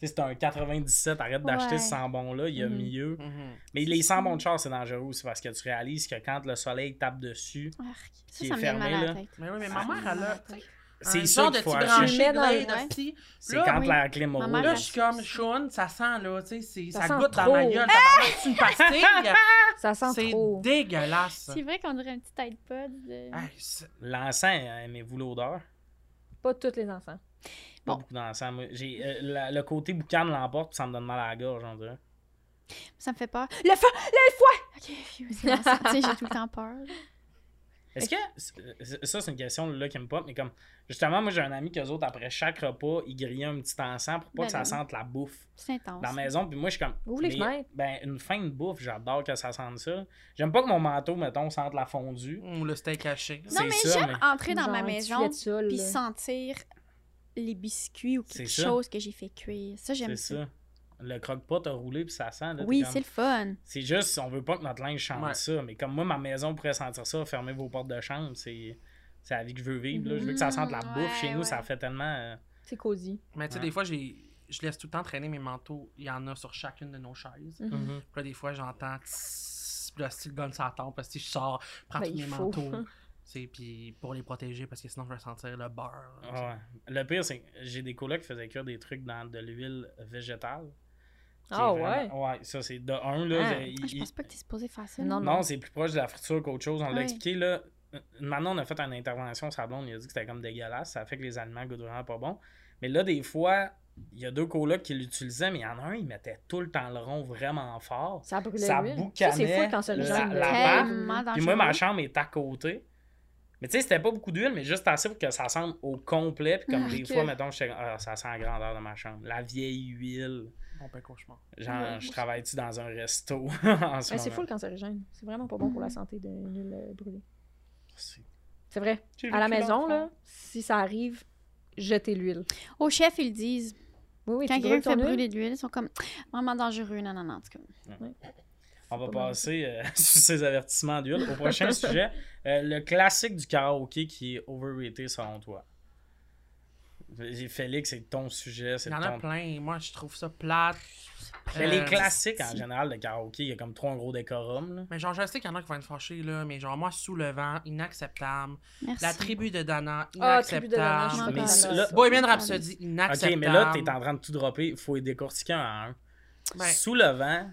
Tu sais, c'est un 97, arrête d'acheter
Ouais. Mm-hmm.
ce sambon-là, il y a
Mhm.
mieux.
Mhm.
Mais les sambons de char, c'est dangereux aussi parce que tu réalises que quand le soleil tape dessus,
Arc. Ça,
Qui
ça
est
me donne mal à
fermé,
la tête. Ah,
Mais oui, mais
Ça
ma
me donne
mère, elle
mal à
a.
la tête.
c'est
un
ça
genre
qu'il
de
faut
petit
acheter.
branché.
branché de
Ouais.
l'aide aussi.
C'est
Là,
quand
oui.
la clim roule.
Ma mère,
Là,
là.
je suis comme Sean, ça sent là, tu sais, c'est-
Ça
ça,
sent
goûte
trop.
dans ma gueule, tabarnak, c'est une pastille.
Ça sent
C'est
trop.
dégueulasse.
C'est vrai qu'on dirait un petit tête pod. de-
Ah,
Hey, c'est-
L'encens, euh, aimez-vous l'odeur?
Pas tous les enfants.
Pas
Bon.
beaucoup d'encens. moi. J'ai, euh, la- le côté boucan l'emporte, puis ça me donne mal à la gorge, on dirait.
Ça me fait peur. Le feu! Le foie! Ok, phew, c'est bon, ça. Tu sais, j'ai tout le temps peur.
Est-ce que. c'est- Ça, c'est une question là qui me pop, mais comme. Justement, moi, j'ai un ami qu'eux autres, après chaque repas, ils grillaient un petit encens pour pas
Ben
que ça
non.
sente la bouffe
C'est intense.
dans la maison. Puis moi, je suis comme.
Ouvre les
mais-
fenêtres.
Ben, une fin de bouffe, j'adore que ça sente ça. J'aime pas que mon manteau, mettons, sente la fondue.
Ou le steak haché.
c'est
Non, mais
ça,
j'aime
mais-
entrer dans
Genre
ma
un petit
maison
filet de sol,
puis
là.
sentir les biscuits ou quelque
C'est ça.
chose que j'ai fait cuire. Ça, j'aime
C'est
ça.
ça. Le croque-pot a roulé, puis ça sent. là,
Oui,
t'es comme-
c'est le fun.
C'est juste, on veut pas que notre linge chante
Ouais.
ça. Mais comme moi, ma maison pourrait sentir ça, fermez vos portes de chambre, c'est. C'est la vie que je veux vivre. là. Je veux que ça sente la
Mhm,
bouffe. Chez
ouais,
nous,
ouais.
ça fait tellement. euh,
C'est cosy.
Mais tu sais,
Ouais.
des fois, j'ai... je laisse tout le temps traîner mes manteaux. Il y en a sur chacune de nos chaises.
Mhm.
mhm.
Puis là, des fois, j'entends tss, puis là, si le gun s'attend, parce que je sors, prends
Ben,
tous
il
mes
faut.
manteaux. tu sais, Puis pour les protéger, parce que sinon, je vais sentir le beurre. tu sais.
Ah ouais. Le pire, c'est que j'ai des colocs qui faisaient cuire des trucs dans de l'huile végétale. C'est
Ah
vraiment- Ouais, ça c'est de un, là.
Ah.
c'est- il-
Ah, je
il-
pense pas que t'es supposé faire ça.
Non,
Non,
Non, c'est plus proche de la friture qu'autre chose. On l'a
Ouais.
expliqué, là. Maintenant, on a fait une intervention sablon, il a dit que c'était comme dégueulasse, ça fait que les aliments goûtent vraiment pas bon. Mais là, des fois, il y a deux colocs qui l'utilisaient, mais il y en a un, il mettait tout le temps le rond vraiment fort.
Ça brûlait
Ça
l'huile.
boucanait
Ça, c'est fou quand ça le
la-
gêne de-
la
Tellement.
Tellement
Puis moi, ma
dangereux.
chambre est à côté. Mais tu sais, c'était pas beaucoup d'huile, mais juste assez pour que ça semble au complet. Puis comme
Ah,
des
ok.
fois, mettons, je sais, ah, ça sent la grandeur de ma chambre. La vieille huile.
Mon père cauchemar.
Genre,
Ouais.
je travaille-tu dans un resto en ce
Mais Ben, c'est
moment?
fou le cancérigène. C'est vraiment pas bon pour la santé de nul brûlé.
C'est-
C'est vrai.
J'ai
À la
vécu
maison,
l'enfant.
là, si ça arrive, jetez l'huile.
Au chef, ils le disent.
Oui, oui,
Quand
tu
quelqu'un
brûles
fait
ton huile.
brûler de l'huile, ils sont comme vraiment dangereux. Non, non, non, en tout cas.
On va
pas mal.
passer euh, sur ces avertissements d'huile au prochain sujet. Euh, le classique du karaoké qui est overrated selon toi. J'ai- Félix, c'est ton sujet, c'est
Il y en a
ton.
plein. Moi, je trouve ça plate.
Mais les
Euh,
classiques en général de karaoké, il y a comme trois gros décorums. là.
Mais genre, je sais qu'il y en a qui vont être fâchés, là, mais genre, moi, sous le vent, inacceptable.
Merci.
La tribu de Dana,
Ah, tribu de Dana, je
inacceptable.
suis
Mais
pas
c'est-
capable.
là-
Bohemian Rhapsody,
Ok,
inacceptable.
mais là, t'es en train de tout dropper. Il faut les décortiquer un à un.
Ben,
Sous le vent,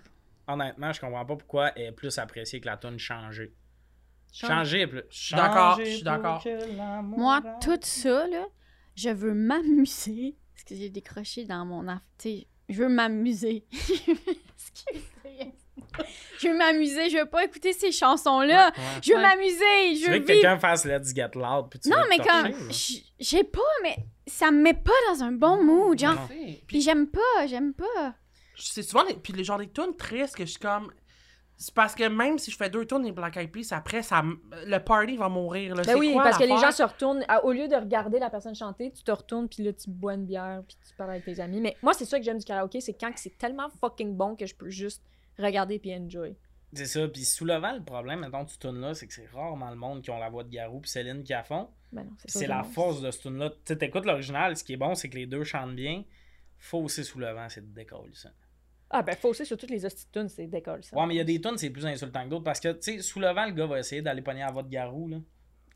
honnêtement, je comprends pas pourquoi elle est plus appréciée que la tune changée.
Change.
Changer est plus. Je
suis d'accord, je suis d'accord.
Moi, tout ça, là, je veux m'amuser. Ce que j'ai décroché dans mon... aff- Tu sais, je veux m'amuser. Excusez. je veux m'amuser. Je veux pas écouter ces chansons-là.
ouais.
Je veux
Ouais.
m'amuser.
Tu
Je
veux
veux
que
vivre.
quelqu'un fasse Let's Get Loud. Puis tu
Non,
veux te
mais
torcher,
comme...
là.
j- J'ai pas, mais ça me met pas dans un bon mood, genre.
Non.
Puis-
Puis j'aime pas, j'aime pas.
c'est souvent les, puis les genre des tunes tristes que je suis comme c'est parce que même si je fais deux tunes des Black Eyed Peas après ça m- le party va mourir là
Ben
C'est
oui,
quoi
parce que les
l'affaire?
gens se retournent. à- au lieu de regarder la personne chanter, tu te retournes, puis là, tu bois une bière, puis tu parles avec tes amis. Mais moi, c'est ça que j'aime du karaoké, c'est quand c'est tellement fucking bon que je peux juste regarder puis enjoy.
C'est ça. Puis sous le vent, le problème, mettons, de cette tune-là, c'est que c'est rarement le monde qui ont la voix de Garou puis Céline qui la font.
Ben non,
Puis
pas
c'est la
vraiment.
force de cette tune-là. Tu sais, t'écoutes l'original, ce qui est bon, c'est que les deux chantent bien. Faut aussi sous le vent, c'est de décoller ça.
Ah, ben, faut aussi sur toutes les hosties de tunes, c'est d'école, ça.
Ouais, mais il y a des tunes, c'est plus insultant que d'autres parce que, tu sais, sous le vent, le gars va essayer d'aller pogner à votre garou, là.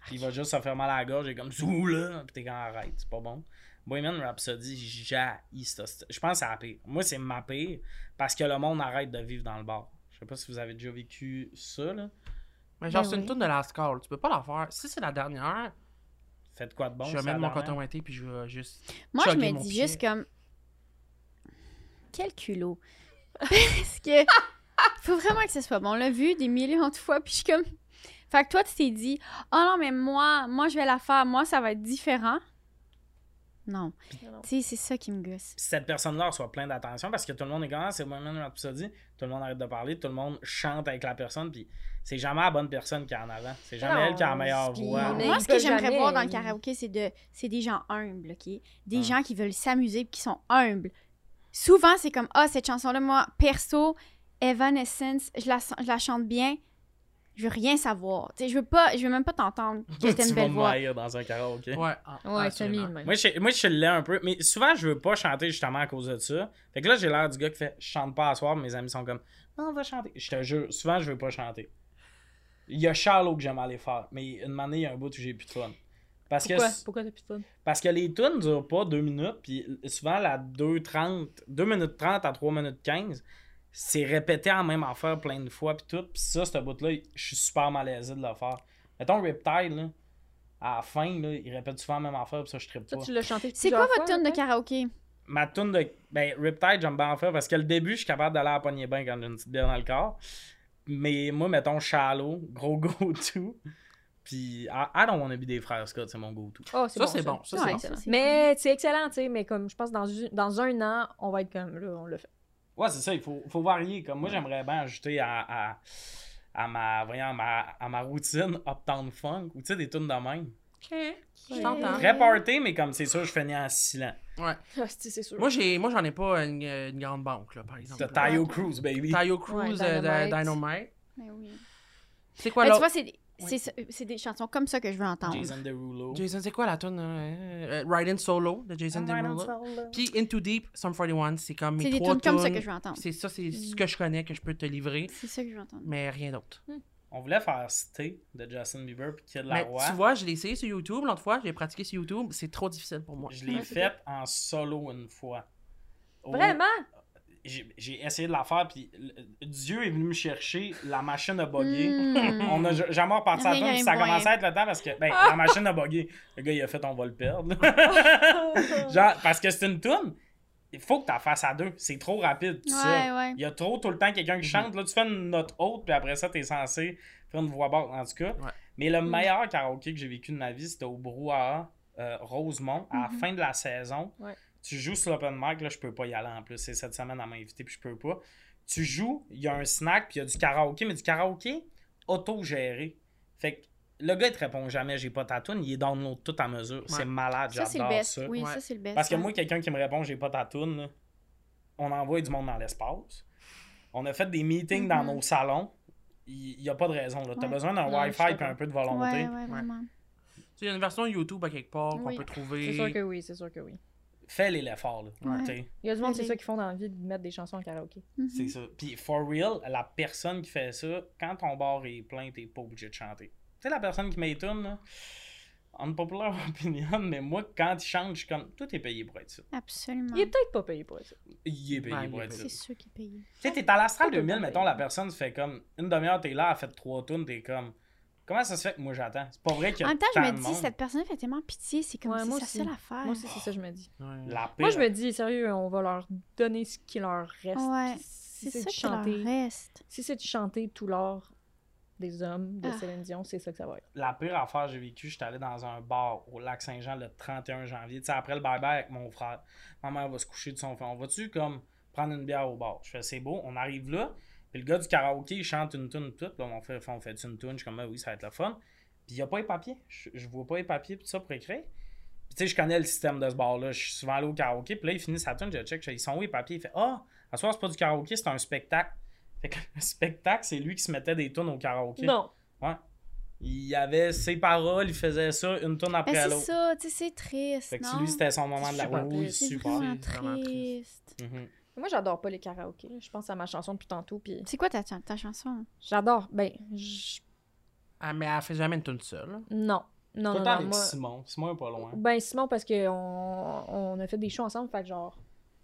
Puis il va juste se faire mal à la gorge et comme sous là, puis t'es quand arrête, c'est pas bon. Bohemian Rhapsody, j'haïs ça. C'est- Je pense que c'est la pire. Moi, c'est ma pire parce que le monde arrête de vivre dans le bar. Je sais pas si vous avez déjà vécu ça, là.
mais genre
Ben
c'est une
oui.
tune de la Skull tu peux pas la faire si c'est la dernière
Faites quoi de bon?
je vais
c'est la
mettre mon
dernière?
coton été puis je vais juste
Moi, je
Chugger
me
mon
dis
pied.
juste comme. Quel culot. Parce que. Faut vraiment que ce soit bon. On l'a vu des millions de fois, puis je suis comme. Fait que toi, tu t'es dit, oh non, mais moi, moi, je vais la faire. Moi, ça va être différent. Non.
Non, non.
Tu sais, c'est ça qui me gosse.
Puis cette personne-là reçoit plein d'attention parce que tout le monde est comme Ah, c'est Bohemian Rhapsody, tout le monde arrête de parler, tout le monde chante avec la personne, puis c'est jamais la bonne personne qui est en avant. C'est jamais
Non,
elle qui a la meilleure
puis-
voix.
Mais
moi,
ils
ce que
peuvent
j'aimerais
jamais,
voir dans le
ils-
karaoké, c'est de, c'est des gens humbles, OK? Des
Ouais.
gens qui veulent s'amuser et qui sont humbles. Souvent, c'est comme, ah, cette chanson-là, moi, perso, Evanescence, je la, sens- je la chante bien. Je veux rien savoir. Tu sais, je veux pas, je veux même pas t'entendre. que
Tu
t'as une
vas
belle
me
voix.
haïr dans un karaoké.
ouais ah,
Ouais, c'est
absolument.
même.
Moi, je, moi, je l'ai un peu. Mais souvent, je veux pas chanter justement à cause de ça. Fait que là, j'ai l'air du gars qui fait Je chante pas à soir, mes amis sont comme Non, on va chanter. Je te jure, souvent, je veux pas chanter. Il y a Charlot que j'aime aller faire, mais une année, il y a un bout où j'ai plus de fun. Parce
Pourquoi,
que,
Pourquoi t'as plus de fun?
parce que les tunes durent pas 2 minutes, puis souvent, la 2.30, 2 minutes 30 à 3 minutes 15, c'est répété en même affaire plein de fois, puis tout. Puis ça, ce bout-là, je suis super malaisé de le faire. Mettons Riptide, là, à la fin, là, il répète souvent la même affaire, puis ça, je trippe pas.
Toi, tu l'as chanté
C'est quoi
plusieurs
votre
fois,
tune de
après?
karaoké?
ma tune de. Ben, Riptide, j'aime bien en faire parce que le début, je suis capable d'aller à la poignée bain quand j'ai une petite bière dans le corps. Mais moi, mettons Shallow, gros go-to. Puis, I, I don't wanna be des frères Scott, c'est mon go-to.
Oh,
ça c'est bon ça
Ouais,
c'est bon
ça, c'est
Mais c'est excellent, tu sais, mais comme je pense dans, une- dans un an, on va être comme là, on l'a fait.
Ouais, c'est ça, il faut, faut varier. Comme moi, j'aimerais bien ajouter à, à, à ma, voyons, à ma, à ma routine Uptown Funk ou tu sais, des tunes de même.
ok je
Ouais.
t'entends
Très party, mais comme c'est sûr, je finis en silent.
ouais
Ah, c'est c'est sûr.
moi j'ai moi j'en ai pas une, une grande banque là par exemple
C'est Tayo Cruz, baby.
Tayo Cruz
Ouais,
euh, de
Dynamite.
Dynamite
Mais Ben oui.
c'est quoi
Mais Ben, tu
l'autre
vois, c'est des, c'est ça- c'est des chansons comme ça que je veux
Ah.
entendre.
Jason Derulo.
Jason c'est quoi la tune euh, euh, Riding Solo de Jason Derulo Puis Into Deep, Sum 41, c'est comme mes
C'est des
trois
tunes comme ça
tunes.
que je veux entendre.
C'est ça, c'est ce que je connais, que je peux te livrer,
C'est ça que je veux entendre.
mais rien d'autre.
On voulait faire Stay de Justin Bieber puis Kid
Mais
Laroi.
tu vois, je l'ai essayé sur YouTube l'autre fois, je l'ai pratiqué sur YouTube, c'est trop difficile pour moi.
Je l'ai
Ouais, c'est
faite en solo une fois. Au-
Vraiment?
J'ai j'ai essayé de la faire, puis le- Dieu est venu me chercher, la machine a bugué.
Mm.
Hmm.
On a ju- jamais reparti à
Rien Ah!
toi, puis ça a
moyen.
commencé à être le temps parce que ben, la machine a bugué. Le gars, il a fait on va le perdre. Genre, parce que c'est une toune, il faut que tu la fasses à deux. C'est trop rapide, tout
Ouais,
ça.
ouais.
Il y a trop tout le temps quelqu'un qui chante. Là, tu fais une note haute, puis après ça, t'es censé faire une voix basse, en tout cas.
Ouais.
Mais le meilleur karaoké que j'ai vécu de ma vie, c'était au Brouhaha, euh, Rosemont, à la
Mm-hmm.
fin de la saison.
Ouais.
Tu joues sur l'open mic, là, je peux pas y aller en plus. C'est cette semaine à m'inviter, puis je peux pas. Tu joues, il y a un snack, puis il y a du karaoké, mais du karaoké autogéré. Fait que le gars, il te répond jamais, j'ai pas ta toune, il est dans l'autre tout à mesure. C'est malade,
Ça,
j'adore
c'est
ça.
le best. Oui,
Ouais.
ça, c'est le best.
Parce que
ouais.
moi, quelqu'un qui me répond, j'ai pas ta toune, là, on envoie du monde dans l'espace. On a fait des meetings dans
Mhm.
nos salons. Il n'y a pas de raison. là. T'as
Ouais.
besoin d'un
Non, je
Wi-Fi
suis
et un
d'accord.
peu de volonté.
Ouais, ouais, vraiment.
Tu sais, Il y a une version YouTube à quelque part qu'on
Oui.
peut
C'est sûr que
trouver.
oui, c'est sûr que oui.
fais l'effort, là.
Ouais.
tu sais.
Il y a du monde, c'est
Allez.
ça qu'ils font dans la vie, de mettre des chansons en karaoké.
Mhm.
C'est ça. Puis, for real, la personne qui fait ça, quand ton bar est plein, t'es pas obligé de chanter. Tu sais, la personne qui m'étonne, là, unpopular opinion, mais moi, quand il chante, je suis comme, tout est payé pour être ça.
Absolument.
Il est peut-être pas payé pour ça.
Il est payé
Ouais, il
pour
est
être ça.
C'est
Tu
sûr qu'il paye.
sais, t'es à l'astral
Ça peut
2000,
pas
mettons,
payer.
la personne fait comme, une demi-heure, t'es là, elle fait trois tunes, t'es comme, comment ça se fait que moi j'attends? C'est pas vrai qu'il y
En
a
même temps, je
tant
me
de
dis,
monde.
cette personne fait tellement pitié, c'est comme
Ouais,
si
moi
c'est sa
aussi.
seule affaire.
Moi aussi, c'est ça que je me dis.
La pire.
Moi, je me dis, sérieux, on va leur donner ce qui leur reste.
Ouais.
puis Si
c'est
c'est
ça
de
qui leur
chanter,
reste.
si c'est de chanter tout l'or des hommes de
Ah.
Céline Dion, c'est ça que ça va être.
la pire affaire que j'ai vécue, j'étais allé dans un bar au lac Saint-Jean le 31 janvier. Tu sais, après le bye-bye avec mon frère. Ma mère va se coucher de son fond. On va-tu comme prendre une bière au bar? Je fais c'est beau, on arrive là. Puis le gars du karaoké, il chante une tune toute. Là, on fait, on fait une tune. Je suis comme, Ah oui, ça va être le fun. Puis il n'y a pas les papiers. Je, je vois pas les papiers, puis tout ça pour écrire. Puis tu sais, je connais le système de ce bar-là. Je suis souvent allé au karaoké. Puis là, il finit sa tune. Je check, je fais, ils sont où les papiers? Il fait, ah, à soir, c'est pas du karaoké, c'est un spectacle. Fait que le spectacle, c'est lui qui se mettait des tunes au karaoké.
Non.
Ouais. Il y avait ses paroles, il faisait ça une tonne
Mais
après
Ben, c'est
l'autre.
ça, tu sais, c'est triste.
Fait que
non?
lui, c'était son moment de la
Super
roue,
triste.
C'est
super.
vraiment
C'est vraiment
triste.
Mhm.
Moi, j'adore pas les karaokés. là. Je pense à ma chanson depuis tantôt, puis
C'est quoi ta, ta chanson?
j'adore. Ben, j-
Ah, mais elle fait jamais une tune seule.
non. Non,
Tout le temps
non, non,
avec
moi-
Simon. Simon est pas loin.
Ben, Simon, parce qu'on on a fait des shows ensemble, fait que genre,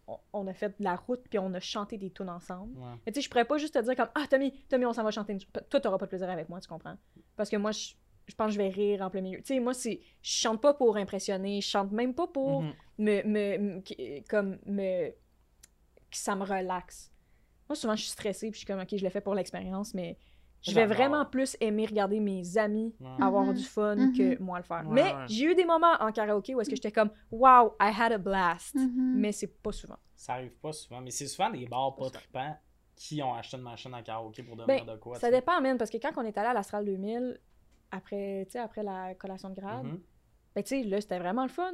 on, on a fait de la route, puis on a chanté des tunes ensemble.
Ouais.
Mais tu sais, je pourrais pas juste te dire comme Ah, Tommy, Tommy, on s'en va chanter. une- Toi, t'auras pas de plaisir avec moi, tu comprends? Parce que moi, je, je pense que je vais rire en plein milieu. Tu sais, moi, c'est je chante pas pour impressionner, je chante même pas pour
Mhm.
me, me, me- qui- comme me. que ça me relaxe. Moi, souvent, je suis stressée, puis je suis comme Ok, je l'ai fait pour l'expérience, mais je vais
J'adore.
vraiment plus aimer regarder mes amis
Ouais.
avoir
Mhm.
du fun
Mhm.
que moi le faire.
Ouais,
mais
ouais.
j'ai eu des moments en karaoké où est-ce que j'étais comme Wow, I had a blast.
Mm-hmm.
Mhm. Mais c'est pas souvent.
Ça arrive pas souvent. Mais c'est souvent des bars pas
Pas
tripants qui ont acheté une machine à karaoké pour devenir de quoi.
Ben, Ça
tu sais.
dépend, man, parce que quand on est allé à l'Astral 2000, après, tu sais, après la collation de grade,
Mhm.
ben, tu sais, là, c'était vraiment le fun.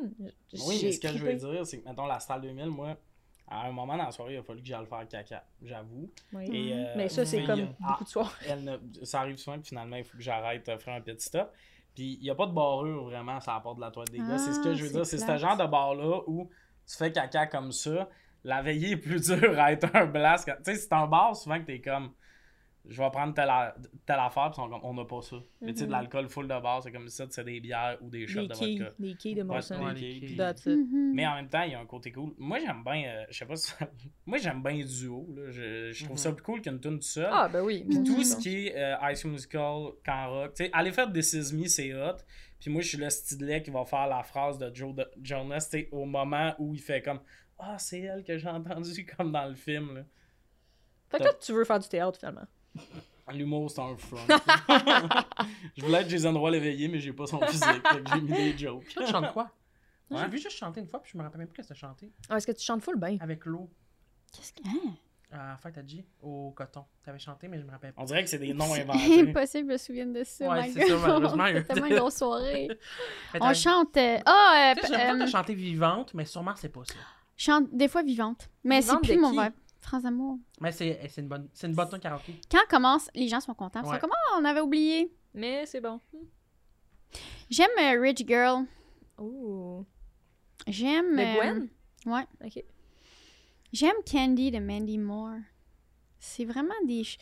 J-
Oui,
j'ai
mais ce que je
trippé.
veux dire, c'est que, mettons, la salle 2000, moi, à un moment dans la soirée, il a fallu que j'aille faire caca, j'avoue.
Oui.
Et, euh,
Mhm. Mais ça, c'est
mais,
comme
euh,
beaucoup de soirs.
elle ne- ça arrive souvent que finalement, il faut que j'arrête euh, faire un petit stop. Puis il n'y a pas de barrure vraiment sur la porte de la toile des gars. c'est ce que
Ah,
je veux
c'est
dire. C'est ce
plate.
genre de bar-là où tu fais caca comme ça. La veillée est plus dure à être un blast. que- Tu sais, c'est un bar souvent que t'es comme. Je vais prendre telle, a- telle affaire, puis ils sont comme, on n'a pas ça. Mais tu sais, de
Mhm.
l'alcool full de bar, c'est comme ça, c'est des bières ou des shots
Des
de
quilles,
vodka.
des quilles de
Ouais,
Monson.
des
Ouais,
quilles,
des
puis-
quilles.
That's it.
mais
Mais
en même temps, il y a un côté cool. Moi, j'aime bien, euh, je sais pas si Moi, j'aime bien duo. là. Je, je trouve ça
Mhm.
plus cool qu'une tune toute seule.
Ah, ben oui.
Puis
Mhm.
tout ce qui est euh, High School Musical, Can Rock, tu sais, aller faire des sismies, c'est hot. Puis moi, je suis le stylet qui va faire la phrase de Joe de- Jonas, tu sais, au moment où il fait comme Ah, c'est elle que j'ai entendue, comme dans le film. là.
Fait que toi, tu veux faire du théâtre, finalement.
L'humour, c'est un front. je voulais être Jason Roy l'éveillé, mais j'ai pas son physique. fait que j'ai mis des jokes.
Toi, tu chantes quoi?
Ouais.
J'ai vu juste chanter une fois, puis je me rappelle même plus qu'elle se chantait.
Ah, est-ce que tu chantes full bien?
Avec l'eau,
Qu'est-ce que. Hein?
à la fête à J, au coton. T'avais chanté, mais je me rappelle pas.
On dirait que c'est des noms
C'est
inventés.
impossible de me souvenir de ça.
Ouais,
my
c'est ça,
God.
malheureusement, il y a eu-
C'était tellement une grosse soirée.
Mais
On
t'as-
chante. euh, Ah! euh,
Tu sais, J'aime
euh,
tant t'as chanté vivante, mais sûrement c'est pas ça.
chante des fois vivante. Mais c'est
Vivante
plus
de
mon
qui?
vibe. France d'amour.
Mais c'est c'est une bonne, c'est une bonne tune karaoké.
Quand commence, les gens sont contents. Ils sont
Ouais.
comme, ah, on avait oublié.
Mais c'est bon. Hmm.
J'aime euh, Rich Girl.
Ouh.
J'aime.
Mais
euh,
Gwen?
ouais.
Ok.
J'aime Candy de Mandy Moore. C'est vraiment des. ch-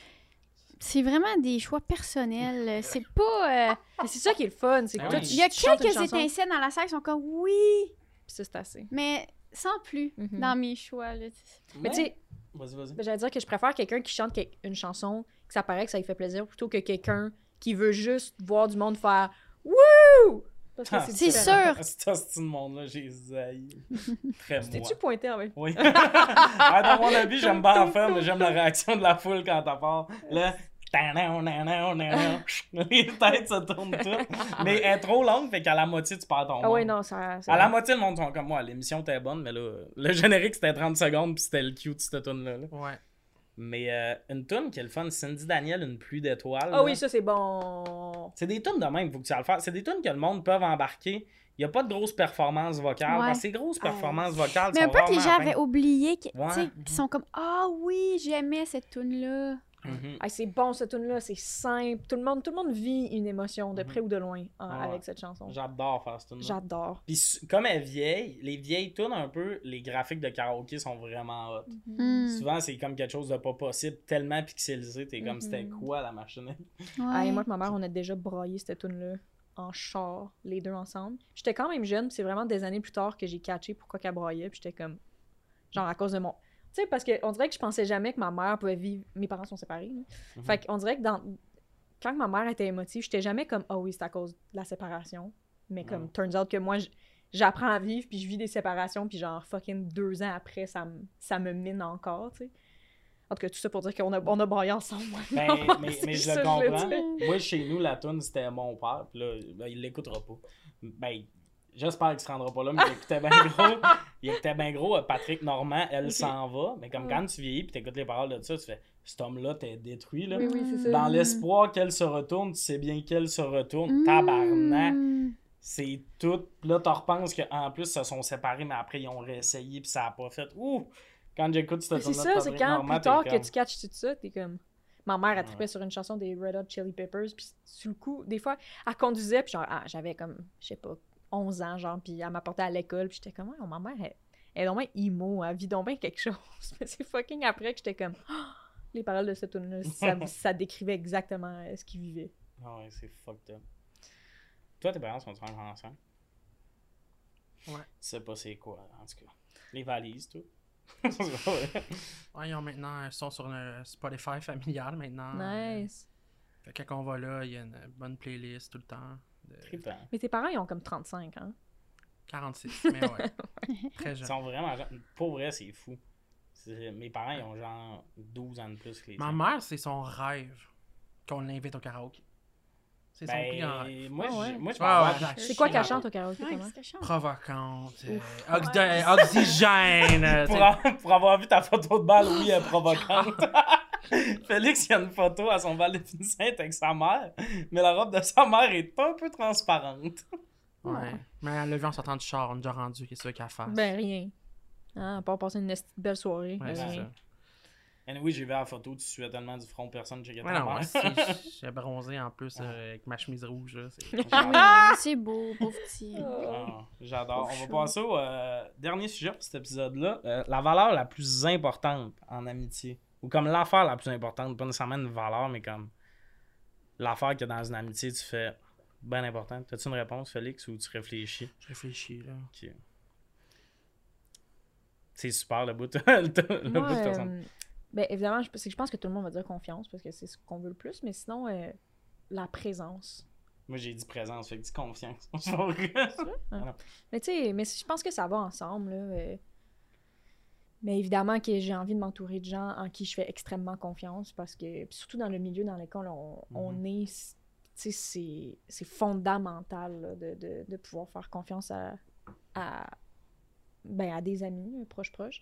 C'est vraiment des choix personnels. C'est pas. euh,
Mais c'est ça qui est le fun, c'est que
Ah
toi,
oui.
Ah, tu
Il y a
tu chantes une
quelques
chanson,
étincelles dans la salle qui sont comme oui,
puis ça, c'est assez.
mais sans plus
Mhm.
dans mes choix. là.
Mais tu sais,
Vas-y, vas-y.
Ben, J'allais dire que je préfère quelqu'un qui chante quel- une chanson, que ça paraît que ça lui fait plaisir, plutôt que quelqu'un qui veut juste voir du monde faire Wouh! Parce que
Ah,
C'est
différent.
sûr.
C'est ce monde-là, j'ai zaï. Très moi.
T'es-tu pointé en même
Oui. Ah, dans mon avis, j'aime bien en faire, mais j'aime la réaction de la foule quand t'as part. Là, tanan, nanan, nanan, les têtes se tournent toutes. Mais elle est trop longue, fait qu'à la moitié, tu perds ton
Ah ouais,
monde.
non, ça. ça-
À la moitié, le monde sont comme moi. L'émission était bonne, mais là, le générique, c'était 30 secondes, puis c'était le cue de cette tune-là. là.
Ouais.
Mais euh, une tune qui est le fun, Cindy Daniel, Une pluie d'étoiles.
Ah
là.
oui, ça c'est bon.
C'est des tunes de même, faut que tu ailles le fasses. C'est des tunes que le monde peut embarquer. Il n'y a pas de grosses performances vocales.
Ouais. Ah.
Parce que ces grosses performances vocales,
Mais un
sont
peu que les
rarement
gens
peintes.
avaient oublié, que- tu
Ouais.
sais, qui sont comme ah oui, j'aimais cette tune là.
Mhm.
Hey, c'est bon cette tune là, c'est simple. Tout le monde, tout le monde vit une émotion de près ou de loin euh,
Mhm. Ah ouais.
avec cette chanson.
J'adore faire ce tune
J'adore.
Puis su- comme elle est vieille, les vieilles tunes un peu, les graphiques de karaoké sont vraiment hot.
Mhm. Mm.
Hmm,
Souvent, c'est comme quelque chose de pas possible, tellement pixelisé, t'es comme
Mhm.
c'était quoi la machine?
Ah,
ouais.
et moi et ma mère, on a déjà broyé cette tune là en char, les deux ensemble. J'étais quand même jeune, puis c'est vraiment des années plus tard que j'ai catché pourquoi qu'elle broyait, puis j'étais comme genre à cause de mon tu sais parce que on dirait que je pensais jamais que ma mère pouvait vivre mes parents sont séparés. là.
Mhm.
Fait qu'on dirait que dans quand ma mère était émotive, j'étais jamais comme ah oui, c'est à cause de la séparation, mais comme
Mhm.
turns out que moi j- j'apprends à vivre puis je vis des séparations puis genre fucking deux ans après ça me ça me mine encore, tu sais. En tout cas, tout ça pour dire qu'on a, on a broyé ensemble.
Ben, mais,
C'est
mais je
ça
le
que je veux
comprends.
dire.
Moi, chez nous, la tune c'était mon père. Puis là, ben, il l'écoutera pas. Ben, j'espère qu'il se rendra pas là, mais il écoutait bien gros. Il écoutait bien gros. euh, Patrick Normand, elle s'en va. Mais comme
Ouais.
quand tu vieillis puis t'écoutes les paroles de ça, tu fais cet homme-là, t'es détruit. Là.
Oui, oui, c'est ça.
Dans
Mm.
l'espoir qu'elle se retourne, tu sais bien qu'elle se retourne.
Hmm.
Tabarnak. C'est tout. Puis là, t'en repenses qu'en plus, ils se sont séparés, mais après, ils ont réessayé puis ça a pas fait. Ouh! Quand j'écoute cette
C'est
tune-là, de
ça, c'est
Patrick
quand
Normand,
plus
t'es
tard que
comme,
tu catches tout ça, t'es comme. Ma mère, elle trippait
Ouais.
sur une chanson des Red Hot Chili Peppers, puis sous le coup, des fois, elle conduisait, puis genre, ah, j'avais comme, je sais pas, 11 ans, genre, puis elle m'apportait à l'école, puis j'étais comme, ouais, ma mère, elle, elle est donc bien emo, elle vit donc bien quelque chose. Mais c'est fucking après que j'étais comme, Ah, les paroles de cette tune-là, ça, ça décrivait exactement euh, ce qu'il vivait.
Ah ouais, c'est fucked up. Toi, tes parents sont encore ensemble?
Ouais.
Tu sais pas c'est quoi, en tout cas. Les valises, tout. ouais.
Ouais, ils ont maintenant, ils sont sur le Spotify familial maintenant.
Ah.
Nice.
Fait que quand on va là, il y a une bonne playlist tout le temps. de
Trippant.
Mais tes parents, ils ont comme 35, hein?
46, mais ouais. Très
Ils
jeune.
sont vraiment... gen- Pour vrai, c'est fou. C'est- Mes parents, ils ont genre 12 ans de plus que les
Ma
tiens.
mère, c'est son rêve qu'on l'invite au karaoké. C'est son plus grand
Ben,
rêve.
moi,
Ah ouais.
je, moi, je
Ouais,
m'en
ouais,
vais à-
je-
C'est quoi qu'elle
je m'en
chante au karaoké,
Ouais,
comment?
c'est cochon.
Provocante, euh,
Ouf.
oxy- oxygène.
vais.
euh,
Pour, avoir- pour avoir vu ta photo de balle, oui, elle est provocante. Félix, il y a une photo à son bal de finissante avec sa mère, mais la robe de sa mère est un peu transparente.
t'sais. Ouais. Mais elle l'a vu en sortant du char, on est déjà rendu, qu'est-ce qu'elle fasse?
Ben, rien. Hein, à part passer une esti de belle soirée.
ouais, c'est
rien.
ça.
Et oui, j'ai vu la photo, tu suais tellement du front, personne ne checkait ta
Ouais, non,
mère.
moi, si, j'ai bronzé en plus euh, avec ma chemise rouge. là, c'est-
Ah, c'est beau, pauvre petit.
Ah, J'adore.
Pauvre
On va
chou.
passer au euh, dernier sujet pour cet épisode-là. Euh, la valeur la plus importante en amitié. Ou comme l'affaire la plus importante. Pas nécessairement une valeur, mais comme l'affaire que dans une amitié, tu fais bien important. T'as-tu une réponse, Félix, ou tu réfléchis?
Je réfléchis, là.
Ok. C'est super le bout. le bout de
Moi,
personne.
euh, ben, évidemment, je, c'est que je pense que tout le monde va dire confiance parce que c'est ce qu'on veut le plus, mais sinon, euh, la présence.
Moi, j'ai dit présence, fait que dis confiance. On se va rire.
Mais tu sais, mais je pense que ça va ensemble. là, euh. Mais évidemment que j'ai envie de m'entourer de gens en qui je fais extrêmement confiance parce que, puis surtout dans le milieu dans lequel on,
Mhm.
on est, tu sais, c'est- c'est fondamental là, de, de- de pouvoir faire confiance à, à, ben, à des amis euh, proches proches.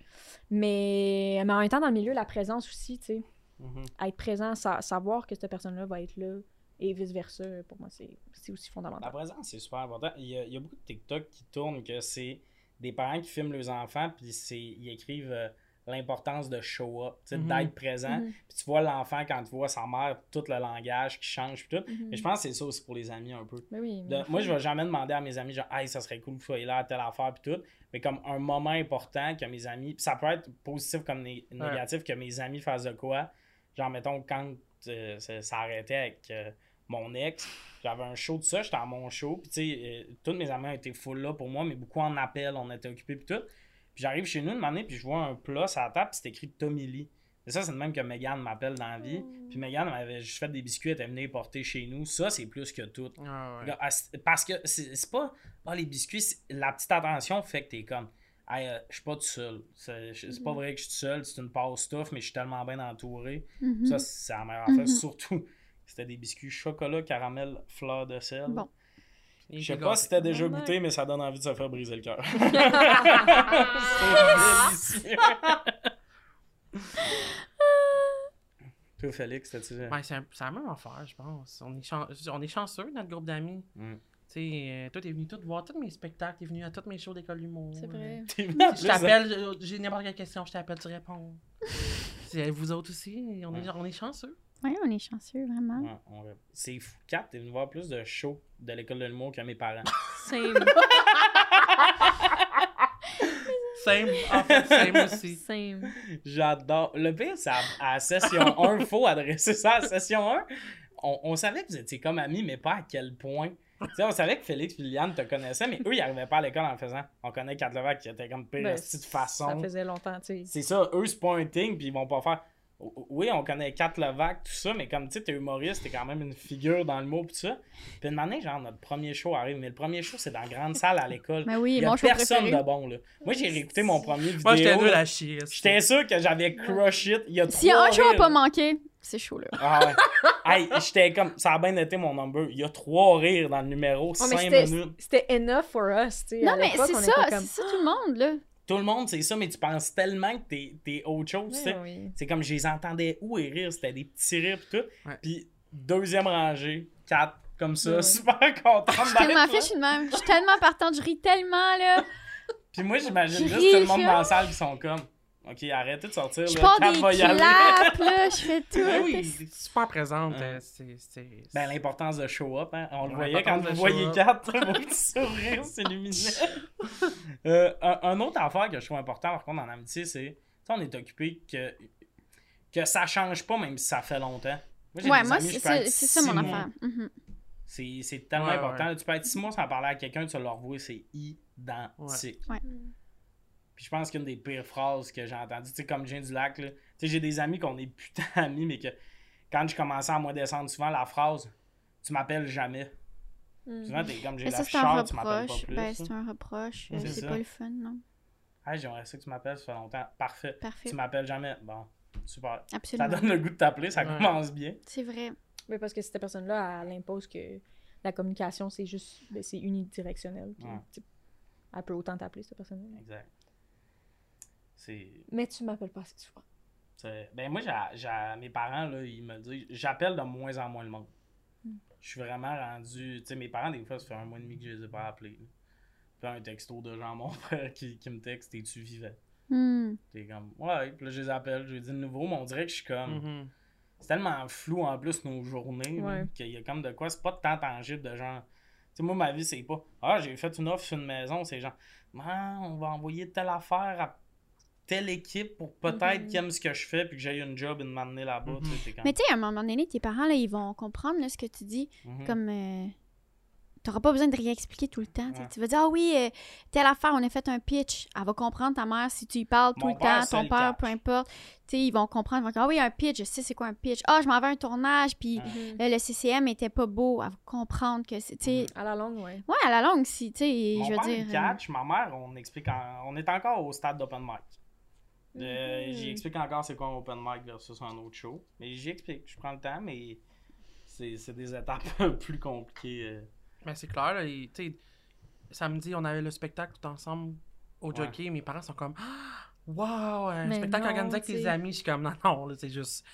Mais, mais en même temps, dans le milieu, la présence aussi, tu sais.
Mhm.
à être présent, sa- savoir que cette personne-là va être là et vice-versa, pour moi, c'est c'est aussi
La
fondamental.
présence, c'est super important. Il y, a, il y a beaucoup de TikTok qui tournent que c'est des parents qui filment leurs enfants, puis c'est, ils écrivent euh, l'importance de show up, tu sais,
Mhm.
d'être présent.
Mhm.
Puis tu vois l'enfant quand tu vois sa mère, tout le langage qui change, puis tout. Mais je
Mhm.
pense que c'est ça aussi pour les amis un peu.
Mais oui,
De-
mais-
moi, je vais jamais demander à mes amis, genre, hey, ça serait cool que vous soyez là à telle affaire, puis tout. Mais comme un moment important que mes amis, puis ça peut être positif comme né- négatif, que mes amis fassent de quoi. Genre, mettons, quand euh, ça, ça arrêtait avec euh, mon ex, j'avais un show de ça, j'étais à mon show, puis tu sais, euh, tous mes amis ont été full là pour moi, mais beaucoup en appel, on était occupés, puis tout. Puis j'arrive chez nous une année, puis je vois un plat sur la table, puis c'est écrit Tommy Lee. Mais ça, c'est le même que Megan m'appelle dans la vie.
Mm.
Puis Megan m'avait juste fait des biscuits, elle était venue les porter chez nous. Ça, c'est plus que tout.
Ah ouais.
Là, à- Parce que c'est c'est pas. Ah, les biscuits, c'est- la petite attention fait que t'es comme. Hey, euh, je suis pas tout seul. C'est je- c'est pas vrai que je suis tout seul. C'est une passe stuff, mais je suis tellement bien entouré.
Mhm.
Ça, c'est la meilleure affaire.
Mhm.
Surtout, c'était des biscuits chocolat, caramel, fleur de sel.
Bon.
Je sais pas si t'as déjà
Ouais.
goûté, mais ça donne envie de se faire briser le cœur. C'est délicieux. Toi, Félix, t'as-tu.
Ouais, c'est un- c'est la même affaire, je pense. On est, chan- on est chanceux, notre groupe d'amis.
Mm.
Tu sais, euh, toi, t'es venu tout voir tous mes spectacles, t'es venu à tous mes shows d'école d'humour.
C'est vrai.
T'es venu en
Je
plus-
t'appelle, euh, j'ai n'importe quelle question, je t'appelle, tu réponds. C'est- Vous autres aussi, on est, on est chanceux.
Ouais, on est chanceux, vraiment.
Ah,
Ouais, on rêve. C'est fou. Kat, t'es venu voir plus de shows de l'école de l'humour que mes parents.
Same,
Same, en fait, same aussi.
same.
J'adore. Le pire, c'est à, à session 1, il faut adresser ça à session 1. On, on savait que vous étiez comme amis, mais pas à quel point. Tu sais, on savait que Félix et Liliane te connaissaient, mais eux, ils arrivaient pas à l'école en faisant. On connaît Kat Levac qui était comme pire
Ben,
esti de façon.
Ça faisait longtemps, tu sais.
C'est ça, eux, c'est pas un thing, puis ils vont pas faire. O- Oui, on connaît Kat Levac, tout ça, mais comme tu sais, t'es humoriste, t'es quand même une figure dans le mot, tout ça. Puis une année, genre, notre premier show arrive, mais le premier show, c'est dans la grande salle à l'école.
Mais oui,
Il y a
mon show
personne
préféré.
de bon, là. Moi, j'ai réécouté mon premier vidéo.
Moi, j'étais nul
là.
à chier. est-ce que-
J'étais sûr que j'avais crush it. Il y a
S'il y a
trois
un show à
reels.
pas manquer, c'est chaud, là.
Ah ouais. Hey, j'étais comme. Ça a bien été mon number. Il y a trois rires dans le numéro,
Ah,
Ouais,
cinq
mais c'était-
minutes.
C'était enough for us, tu sais.
Non,
à
mais
l'époque,
c'est
on
ça,
était
c'est
comme-
ça tout le monde, là.
Tout le monde, c'est ça, mais tu penses tellement que t'es, t'es autre chose, tu sais.
Ouais, oui.
C'est comme je les entendais où et rire. C'était des petits rires pis tout.
Ouais.
Puis deuxième rangée, quatre, comme ça,
Ouais.
super contente
Je suis
d'être
tellement
là.
fiche, je suis de même. Je suis tellement partante, je ris tellement, là.
Puis moi, j'imagine
Je
juste tout le
ris,
monde
je-
dans la salle qui sont comme. Ok, arrêtez de sortir.
Je
là,
pars
Kat
des
va y aller.
claps, là. Je fais tout.
Ben oui, c'est super présente.
Ouais.
euh, c'est- c'est-
Ben, l'importance de show up, hein. On le
Ouais,
voyait quand
l'importance
vous
de
voyez
show up.
quatre, vos petits sourires s'illuminaient. Euh, un, un autre affaire que je trouve important, par contre, en amitié, c'est. Tu sais, on est occupé que. Que ça change pas, même si ça fait longtemps. Moi, j'ai
Ouais,
des
moi,
amis,
c'est
je peux être
c'est- c'est ça
six
mon
mois.
affaire. Mhm.
C'est c'est tellement
Ouais,
important. Tu peux être six mois sans parler à quelqu'un, tu le revois, c'est identique.
Ouais.
Puis je pense qu'une des pires phrases que j'ai entendues, tu sais, comme Jean du Lac, là, tu sais, j'ai des amis qu'on est putain amis, mais que quand je commençais à moi descendre souvent, la phrase, tu m'appelles jamais.
Mm.
Souvent, t'es comme j'ai
Mais
la
ça, c'est un
charte, tu m'appelles pas
reproche.
plus.
Ben, c'est un reproche. Euh,
C'est
C'est
ça.
pas le fun, non.
Ah, j'aimerais ça que tu m'appelles, ça fait longtemps. Parfait.
Parfait.
Tu m'appelles jamais. Bon, super. Ça
Absolument.
donne le goût de t'appeler, ça
Ouais.
commence bien.
C'est vrai.
Mais parce que cette personne-là, elle impose que la communication, c'est juste. ben, c'est unidirectionnel. puis,
Ouais.
tu sais, Elle peut autant t'appeler, cette personne-là.
Exact. C'est.
Mais tu m'appelles pas assez souvent.
c'est- Ben, moi, j'ai- j'ai- mes parents, là, ils me le disent, j'appelle de moins en moins le monde. Je suis vraiment rendu. Tu sais, mes parents, des fois, ça fait un mois et demi que je les ai pas appelés. là. Puis un texto de Jean, mon frère, qui, qui me texte, et tu vivais.
Hmm.
T'es comme, ouais, puis là, je les appelle, je les dis de nouveau, mais on dirait que je suis comme.
Mhm.
c'est tellement flou en plus nos journées là,
Ouais.
qu'il y a comme de quoi c'est pas de temps tangible de genre tu sais moi ma vie c'est pas ah j'ai fait une offre sur une maison c'est genre ah, on va envoyer telle affaire à telle équipe pour peut-être
Mhm.
qu'ils aiment ce que je fais puis que j'ai une job et de m'amener là-bas
Mhm.
tu sais, c'est comme-
Mais tu sais, à un moment donné, tes parents, là, ils vont comprendre là, ce que tu dis.
Mhm.
Comme. euh, T'auras pas besoin de réexpliquer tout le temps. tu sais.
Ouais.
Tu vas dire, ah oui, euh, telle affaire, on a fait un pitch. Elle va comprendre ta mère si tu y parles tout
Mon
le
père,
temps,
c'est
ton
le
père,
catch.
peu importe. Tu sais, ils vont comprendre. Ils vont dire, ah oui, un pitch, je sais c'est quoi un pitch. Ah, je m'en vais à un tournage, puis
Ouais.
Mm-hmm.
là, le CCM était pas beau. Elle va comprendre que c'est. tu sais,
À la longue, ouais.
Ouais, à la longue, si, tu sais,
Mm-hmm. Mon
je veux
père,
dire.
il
euh,
catch, ma mère, on explique en- on est encore au stade d'open mic. Euh,
Mhm.
J'y explique encore c'est quoi un open mic versus un autre show. Mais j'y explique, je prends le temps, mais c'est c'est des étapes plus compliquées. euh.
Ben, c'est clair, là, et, tu sais, samedi, on avait le spectacle tout ensemble au
Ouais.
jockey. Mes parents sont comme, Ah, wow, un
Mais
spectacle
non,
organisé avec tes
t'sais.
amis. Je suis comme, non, non, là, c'est juste,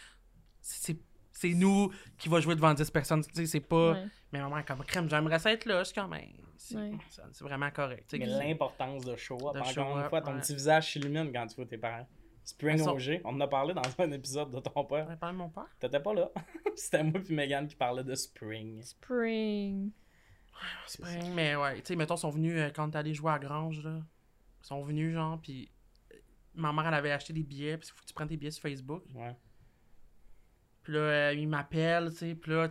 c'est c'est- c'est nous qui va jouer devant 10 personnes. Tu sais, c'est pas.
Ouais.
Mais maman, est comme, crème, j'aimerais ça être là. Je suis comme, Ben, c'est
Ouais.
ça, c'est vraiment correct. Tu sais,
Mais
qu'ils-
l'importance de show up.
De
Encore
show
une
up,
fois, ton
ouais.
petit visage s'illumine quand tu vois tes parents. Spring
Elles sont-
OG, on en a parlé dans un épisode de ton père.
On a parlé de mon père.
T'étais pas là. C'était moi puis Megan qui parlait de Spring.
Spring.
C'est pas rien, mais ouais, tu sais, mettons, ils sont venus euh, quand t'es allé jouer à Grange, là. Ils sont venus, genre, puis euh, ma mère, elle avait acheté des billets, puis il faut que tu prennes tes billets sur Facebook.
Ouais.
Puis là, euh, ils m'appellent, tu sais, puis là,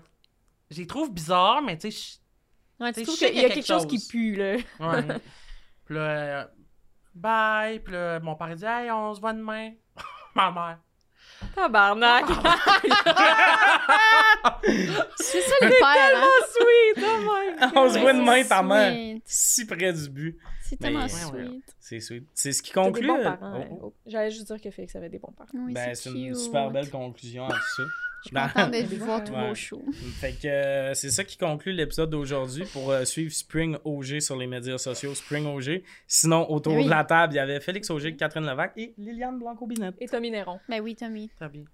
je les trouve bizarres, mais tu sais,
Ouais,
T'sais,
tu trouves
je sais
qu'il y a quelque chose qui
chose.
pue, là.
je- ouais. puis là, euh, bye, puis là, mon père il dit, hey, on se voit demain. ma mère.
Tabarnak!
euh, C'est ça le père, hein?
sweet! Oh my
On se voit
c'est
demain, ta mère.
sweet.
Si près du but.
C'est
Mais- Ben,
tellement
Ouais,
ouais.
sweet.
C'est sweet. C'est ce qui
T'as des
conclut.
bons
euh,
parents.
oh, oh.
hein. J'allais juste dire que Félix avait des bons parents.
Oui,
Ben, c'est une super belle conclusion à tout ça.
Je suis
Ben-
contente de vous voir tous
Ouais.
vos shows.
Fait que euh, c'est ça qui conclut l'épisode d'aujourd'hui pour euh, suivre Spring OG sur les médias sociaux. Spring OG. Sinon, autour
Oui.
de la table, il y avait Félix OG, Catherine Levac et Liliane Blanco-Binette.
Et Tommy Néron.
Ben oui, Tommy.
T'as bien.